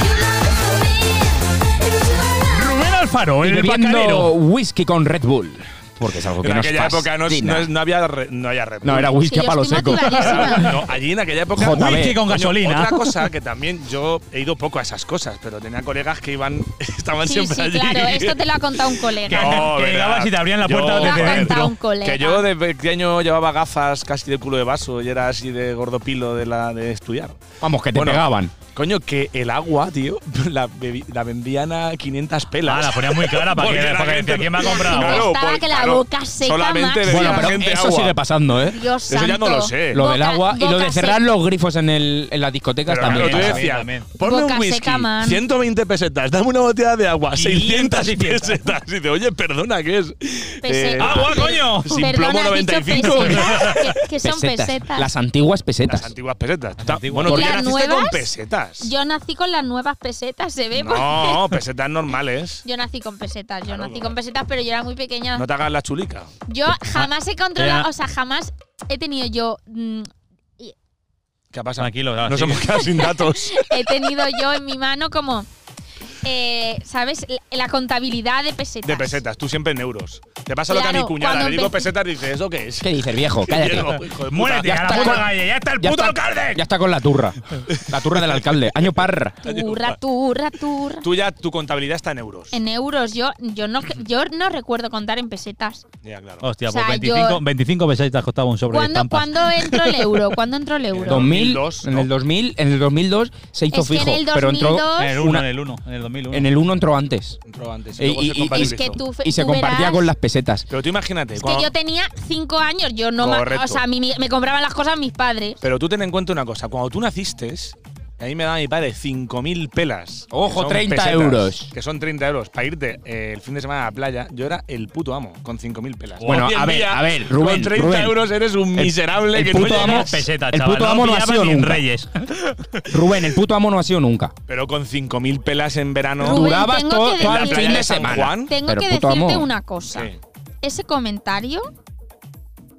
Rubén Alfaro,
Y
el
bebiendo
bacalero.
whisky con Red Bull. Porque es algo que
en
nos
aquella época no,
fascina.
no es- no había re- no había Red
No,
Bull.
era
Sí,
whisky
yo
a palo
estoy
seco.
motivadísima.
No, allí en aquella época.
Joder,
Coño,
Whisky con gasolina.
Otra cosa que también yo he ido poco a esas cosas, pero tenía colegas que iban, estaban
Sí,
siempre
sí,
allí.
claro, esto te lo ha contado un colega.
No,
Que
verdad.
llegabas y te abrían la puerta
Yo-
desde
Te ha
dentro.
contado un colega.
Que yo de pequeño llevaba gafas casi de culo de vaso y era así de gordopilo de la de estudiar.
Vamos, que te
Bueno,
pegaban.
Coño, que el agua, tío, la, bebi- la vendían a 500 pelas.
Ah,
pues
la ponían muy cara para que,
Porque la
para que
gente-
decía, ¿quién me ha comprado?
Claro,
Estaba
por-
que la
claro,
boca seca
solamente
más.
bebía
Bueno,
la
pero
gente
eso
agua.
sigue pasando, ¿eh?
Dios
Eso ya no lo
santo.
sé.
Lo
Boca-
del agua y lo
boca
de cerrar
seca.
los grifos en, el, en las discotecas
Pero
también.
Claro, tú
También,
decías,
también.
ponme
Boca
un whisky,
seca, man.
120 pesetas, dame una botella de agua,
500
600
y 500.
pesetas. Y dice, oye, perdona, ¿qué es? Eh,
Peseta.
¡Agua, coño! Sin
Pues, eh, Perdona,
plomo
has dicho pues,
95.
pesetas, que, que son
Pesetas.
pesetas.
Las antiguas pesetas.
Las antiguas pesetas.
Las antiguas.
Bueno, tú
¿Y
ya
las
naciste con
nuevas?
pesetas.
Yo nací con las nuevas pesetas, se ve. porque-
no, pesetas normales.
Yo nací con pesetas, yo
Claro,
nací
claro.
con pesetas, pero yo era muy pequeña.
No te hagas la chulica.
Yo jamás he controlado,
Era-
o sea, jamás he tenido yo. mm,
¿Qué pasa?
Tranquilo, no,
Nos hemos quedado sin datos.
he tenido yo en mi mano como. eh, ¿Sabes? La, la contabilidad de pesetas.
De pesetas, tú siempre en euros. Te pasa lo que a mi
Claro,
cuñada
cuando
le digo
empe-
pesetas dice, ¿eso qué es?
¿Qué dices, viejo? Cállate.
Diego, hijo de puta.
Muérete,
Ya
a la
está
puta
con-
calle, ya está el
Ya
puto
está-
alcalde.
Ya está con la turra. La turra del alcalde. Año par.
Turra, turra, turra.
Tú ya, tu contabilidad está en euros.
En euros, yo, yo, no, yo no recuerdo contar en pesetas.
Ya, claro.
Hostia,
O sea,
pues
yo-
25, 25 pesetas costaba un sobre de
¿Cuándo,
estampas.
¿Cuándo entró el euro? ¿Cuándo entró el euro?
2000,
2002,
en el 2000, en el 2002 se hizo
Es que en
fijo,
el
pero entró
2002
En el 1,
Una-
en el 1, en el 2001.
en el 1 entró antes
Entró antes
Eh,
Y- y-
y, luego se
y-
Es
compatibilizó.
que tú, fe-
y se
tú
compartía
verás-
con las pesetas.
Pero tú imagínate.
Es que
cuando-
yo tenía cinco años, yo no ma-
Correcto.
O sea, a mí me- me compraban las cosas mis padres.
Pero tú ten en cuenta una cosa, cuando tú naciste, a mí me daba mi padre 5.000 pelas.
Ojo,
que son
30 euros.
Que son 30 euros. Para irte eh, el fin de semana a la playa, yo era el puto amo con 5.000 pelas.
Bueno,
Hoy en
a ver,
día,
a ver, Rubén,
Con 30
Rubén.
euros eres un
El-
miserable
el
que
puto
no
amo-
llegas-
Peseta,
El
chaval,
puto amo no ha
pillaban
sido
ni
nunca.
Reyes.
Rubén, el puto amo no ha sido nunca.
Pero con 5.000 pelas en verano.
Rubén,
Durabas
tengo
todo,
que
todo el
decir-
fin
¿En la playa
de
de San
semana.
Juan?
Tengo
Pero
que
puto
decirte
amo.
una cosa.
Sí,
Ese comentario,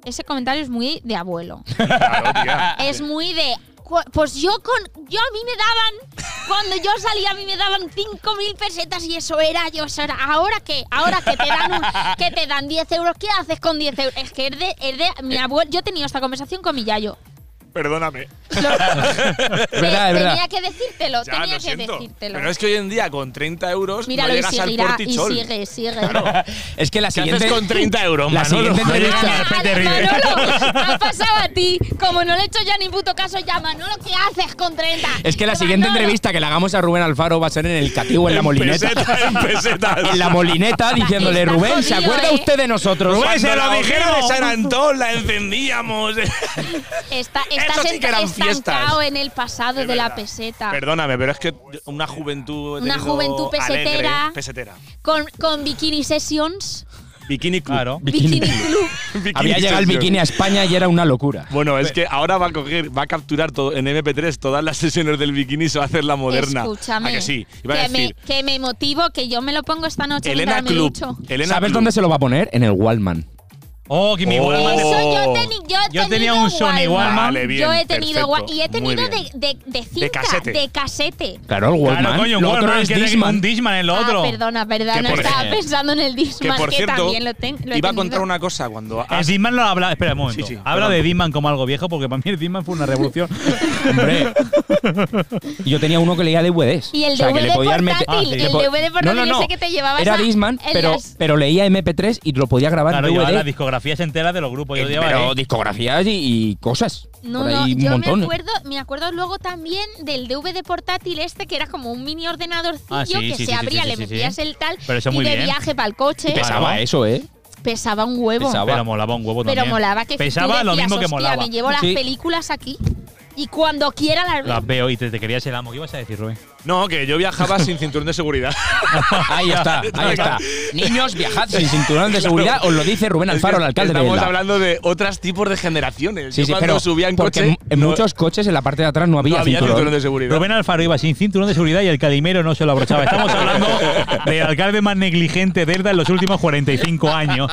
ese comentario es muy de abuelo.
claro, tía.
es muy de. "Cu- Pues yo con. Yo a mí me daban. Cuando yo salía a mí me daban 5.000 pesetas y eso era, yo eso era. ¿Ahora qué? Ahora que te dan, un- que te dan 10 euros, ¿qué haces con 10 euros? Es que es de, es de
Eh.
mi abuelo. Yo he tenido esta conversación con mi yayo.
Perdóname.
Es verdad, es verdad.
Tenía que decírtelo,
Ya,
tenía
lo
que
siento.
decírtelo.
Pero es que hoy en día con 30 euros no
Míralo y
llegas al
seguirá, y
portichol.
sigue, sigue.
Es que la
¿Qué haces
siguiente
con 30 euros,
la
Manolo?
siguiente entrevista
Ah,
Vete, ríe.
Manolo, ha pasado a ti. Como no le he hecho ya ni puto caso, ya Manolo, ¿qué haces con 30?
es que la siguiente
Manolo,
entrevista que le hagamos a Rubén Alfaro va a ser en el cativo en la molineta.
Pesetas, en pesetas.
En la molineta diciéndole,
Está
Rubén, ¿se
jodido,
acuerda
¿eh?
usted de nosotros?
Cuando
se lo
la hoguera
dijeron.
de San Antón la encendíamos.
Está, estás
Eso sí que eran
estancado
fiestas.
en el pasado
Es
de la
verdad.
peseta.
Perdóname, pero es que una juventud. he
Ah. Una
tenido
juventud pesetera.
alegre, ¿eh? pesetera.
Con, con Bikini Sessions,
Bikini Club.
Claro.
Bikini.
Bikini Club.
Bikini
Había llegado el
Session.
bikini a España y era una locura.
Bueno, es que ahora va a coger, va a capturar todo, en MP3 todas las sesiones del bikini y se va a hacer la moderna.
Escúchame.
¿A que sí? Iba a
que
decir,
Me, que me motivo, que yo me lo pongo esta noche
Elena
mientras me
Club.
ducho.
Elena
¿Sabes
Club.
dónde se lo va a poner? En el Wallman.
Oh, que mi
Oh.
Wallman de-
Eso yo, teni- yo, he
Yo tenía
tenido
un Sony Wallman.
Vale, bien,
yo he tenido
perfecto.
Wa- y he
Muy
tenido de,
bien.
de, de cinta,
casete.
de casete.
Claro, el Wallman.
Claro, coño, un
lo otro
Wallman,
es
que te-
Discman.
un Disman en lo otro.
Ah, perdona,
Que
perdona, no
por-
estaba pensando en el
Que
Disman,
por
que,
cierto,
también lo tengo.
iba a contar una cosa cuando.
El
has-
Disman no habla. Espera un momento.
Ah, Sí, sí,
habla
perdón.
de Disman como algo viejo porque para mí el Disman fue una revolución.
Hombre. Yo tenía uno que leía DVDs.
Y el
O sea, que
DVD
le podías meter-
portátil,
que
el
le po-
DVD portátil
no, no, no.
ese que te llevabas
Era
a-
Disman,
en
pero,
las-
pero leía MP3 y lo podía grabar
claro,
en
llevaba
DVD.
las discografías enteras de los grupos. Yo
Eh,
llevaba
pero
ahí.
discografías y, y cosas.
No,
Por ahí
no,
un
yo
montón.
me acuerdo, me acuerdo luego también del DVD portátil este que era como un mini ordenadorcillo
Ah, sí,
que se
sí, sí,
abría,
sí,
le
sí, sí.
metías el tal
Pero eso
y
muy
de
bien.
viaje para el coche.
Pesaba
Claro.
eso, ¿eh?
Pesaba un huevo.
Pesaba.
Pero molaba un huevo
Pero
también.
molaba que
Pesaba
tú
lo
decías,
mismo que
"Hostia,
molaba.
me llevo las
Sí.
películas aquí y cuando quiera las veo.
Las veo y te, te querías el amo. ¿Qué ibas a decir, Rubén?
No, que yo viajaba sin cinturón de seguridad.
Ahí está, ahí está. Niños, viajad sin cinturón de seguridad, os lo dice Rubén Alfaro, el alcalde de
Estamos
Elda.
hablando de otros tipos de generaciones.
Sí,
Yo
sí,
cuando
pero
subía en
porque
coche.
en
no-
muchos coches en la parte de atrás no había,
no había cinturón de seguridad.
Rubén Alfaro iba sin cinturón de seguridad y el calimero no se lo abrochaba. Estamos hablando del alcalde más negligente de Elda en los últimos 45 años.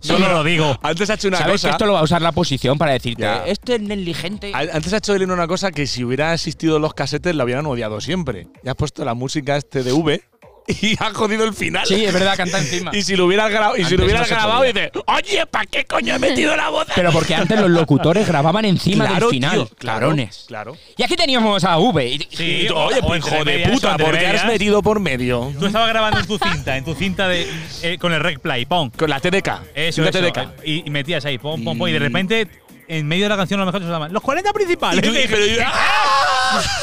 Solo lo digo.
Antes ha hecho una
Sabes
cosa.
que esto lo va a usar la posición para decirte,
Ya.
este es negligente.
An- Antes ha hecho Elena una cosa que si hubiera existido los casetes la hubieran odiado siempre. Y has puesto la música este de V y has jodido el final.
Sí, es verdad, canta encima.
Y si lo hubieras grabado, y si
Antes
lo hubieras
no se
grabado,
podía.
dices, oye, ¿para qué coño he metido la voz?
Pero porque antes los locutores grababan encima del final. Clarones.
Claro.
Y aquí teníamos a V. y-
Y tú,
o-
oye,
o
pues,
entre
hijo de
medias, o
puta,
entre
¿por qué has
medias.
metido por medio?
Tú estabas grabando en tu cinta, en tu cinta de eh, con el rec play, pon.
Con la TDK.
Eso,
la
eso.
TDK.
Y, y metías ahí, pon, pon, pon. Y de repente en medio de la canción a lo mejor se llaman los 40
Y
principales.
tú- pero yo-
"Ah".
"Ah".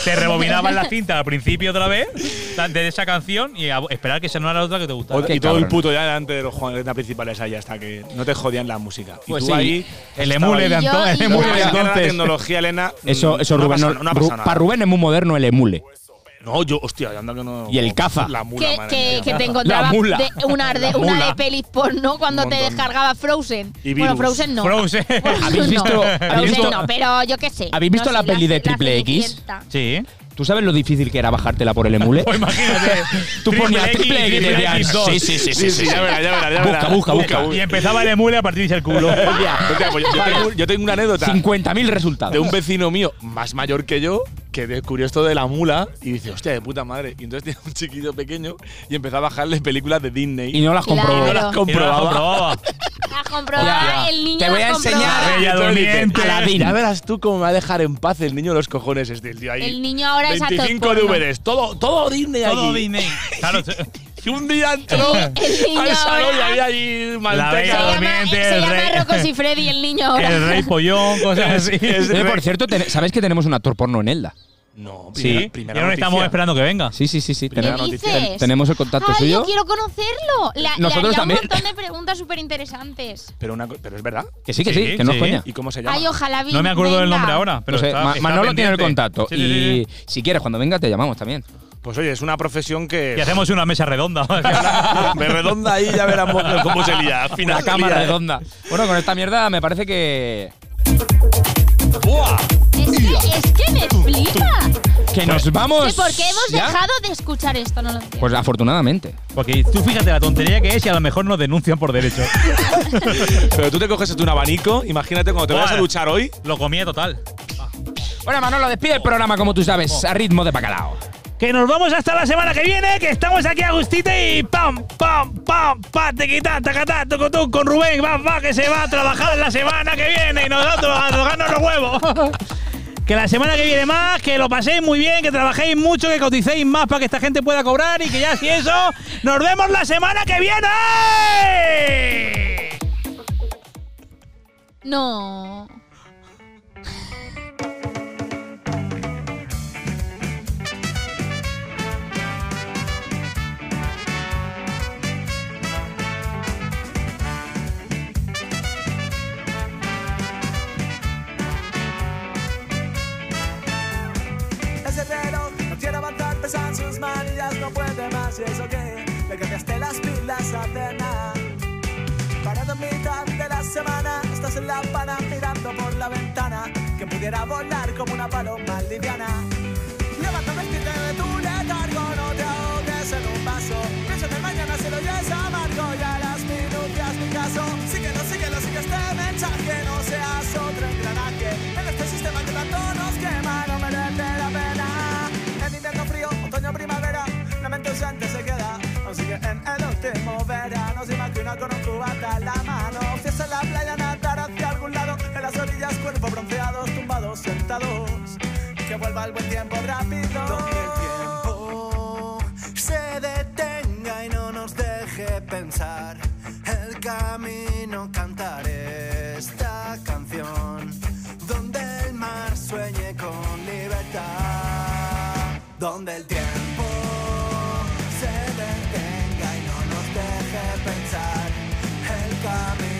Te rebobinaban la cinta al principio otra vez la- de esa canción y a- esperar que se anonara la otra que te gustaba.
O-
Qué
y todo el
cabrón.
puto ya delante de los jugadores principales ahí hasta que no te jodían la música. Y
Pues
tú
sí.
ahí,
El emule de
Y yo-
Antonio. El
y
emule
Muy
de
bien,
Antonio.
la tecnología, Elena.
Eso,
mm,
eso Rubén no,
no, ha pasado- no ha pasado
Para
nada.
Rubén es muy moderno el emule.
No, yo, hostia, anda que no.
Y el caza.
La mula,
Que,
madre
que,
mía.
que te encontraba
mula.
de- una, de,
La
una
mula.
de pelis porno cuando
Un
te
montón.
descargaba Frozen.
Y
Bueno,
virus.
Frozen no.
Frozen.
¿Habéis
no.
visto-
Frozen
habéis visto-
no, pero yo qué sé.
¿Habéis
No
visto
sé,
la peli de Triple X?
Cenicienta.
Sí.
¿Tú sabes lo difícil que era bajártela por el emule?
Pues imagínate.
Tú ponías triple X y te decían,
X2.
Sí, sí, sí, sí, sí, sí.
ya verás, ya verás. ya
Busca,
verás.
busca, busca.
Y empezaba el emule a partirse el culo.
Hostia, pues yo, yo tengo, yo tengo una anécdota
50.000 resultados.
de un vecino mío más mayor que yo que descubrió esto de la mula y dice, hostia, de puta madre. Y entonces tiene un chiquito pequeño y empezó a bajarle películas de Disney.
y no las comprobó.
Claro.
las
Y no la
comprobaba.
comprobaba.
La comprobaba
Ya.
el niño.
Te voy
la
a
comprobaba.
enseñar.
Bella
Entonces dice,
durmiente.
Aladín.
Ya verás tú cómo me va a dejar en paz el niño de los cojones este el tío ahí.
El niño ahora es actor
25 de
porno.
Uberes, todo, todo Disney
Todo
allí.
Disney. Claro,
Y un día entró
El niño
al salón y
ahora-
había allí
Se
manteca.
veo.
llama,
Dormiente,
se
el
llama
rey.
Rocco y Freddy el niño ahora.
El rey pollón, cosas así.
Eh, por cierto, ten- ¿sabéis que tenemos un actor porno en Elda?
No, primera,
Sí. Y
primera
ahora
noticia.
estamos esperando que venga.
Sí, sí, sí, sí.
¿Qué
Primera
tenemos-
noticia.
dices?
tenemos el contacto
Ay,
suyo.
yo quiero conocerlo. Le, le
Nosotros
haría
también.
un montón de preguntas súper interesantes.
Pero, una, co- pero es verdad.
Que sí, que sí,
Sí,
que no es
sí.
coña.
¿Y cómo se llama?
Ay, ojalá vi-
No me acuerdo del
venga.
nombre ahora, pero
No sé,
está-
Pues, eh, Ma-
está
Manolo tiene el
pendiente.
contacto.
Sí, sí, sí, sí.
y si quieres, cuando venga, te llamamos también.
Pues oye, es una profesión que.
Pues-
Y hacemos una mesa redonda.
Me redonda ahí ya verás mo- cómo se lía. Al final eh.
Una
se
cámara
lía.
redonda. Bueno, con esta mierda me parece que.
¡Buah!
Es que, es que me flipa.
Que nos vamos.
Que ¿Por qué hemos
Pues ¿ya?
dejado de escuchar esto? No lo entiendo.
Pues afortunadamente.
Porque tú fíjate la tontería que es y a lo mejor nos denuncian por derecho.
Pero tú te coges tú un abanico, imagínate cuando te vayas a
Buah.
duchar hoy.
Lo comía total.
Bueno, Manolo, despide el programa, como tú sabes, a ritmo de bacalao.
Que nos vamos hasta la semana que viene, que estamos aquí a gustito y pam, pam, pam, pam, tequitá, tacatá, tocotón con Rubén, va, va, que se va a trabajar la semana que viene y nosotros a tocarnos los huevos. Que la semana que viene más, que lo paséis muy bien, que trabajéis mucho, que coticéis más para que esta gente pueda cobrar y que ya si eso, nos vemos la semana que viene.
No.
Ese reloj no quiere avanzar, pesan sus manillas, no puede más. ¿Y eso que Le cambiaste las pilas a Tena. Parado en mitad de la semana, estás en la pana mirando por la ventana. Que pudiera volar como una paloma liviana. Levanta, vestite de tu letargo, no te ahogues en un vaso. Piensa en el mañana si lo oyes amargo y a las minucias mi caso. Síguelo, síguelo, sigue este mensaje, no seas otro engranaje. En este sistema que tanto nos quema, no merece la pena. En invierno frío, otoño, primavera, la mente ausente se queda. Aún sigue en el último verano, se imagina con un cubata en la mano. Fiesta en la playa, nadar hacia algún lado, en las orillas, cuerpo bronceados, tumbados, sentados. Que vuelva el buen tiempo rápido. Donde el tiempo se detenga y no nos deje pensar. El camino cantaré esta canción. Donde el mar sueñe con libertad. Donde el tiempo se detenga y no nos deje pensar. El camino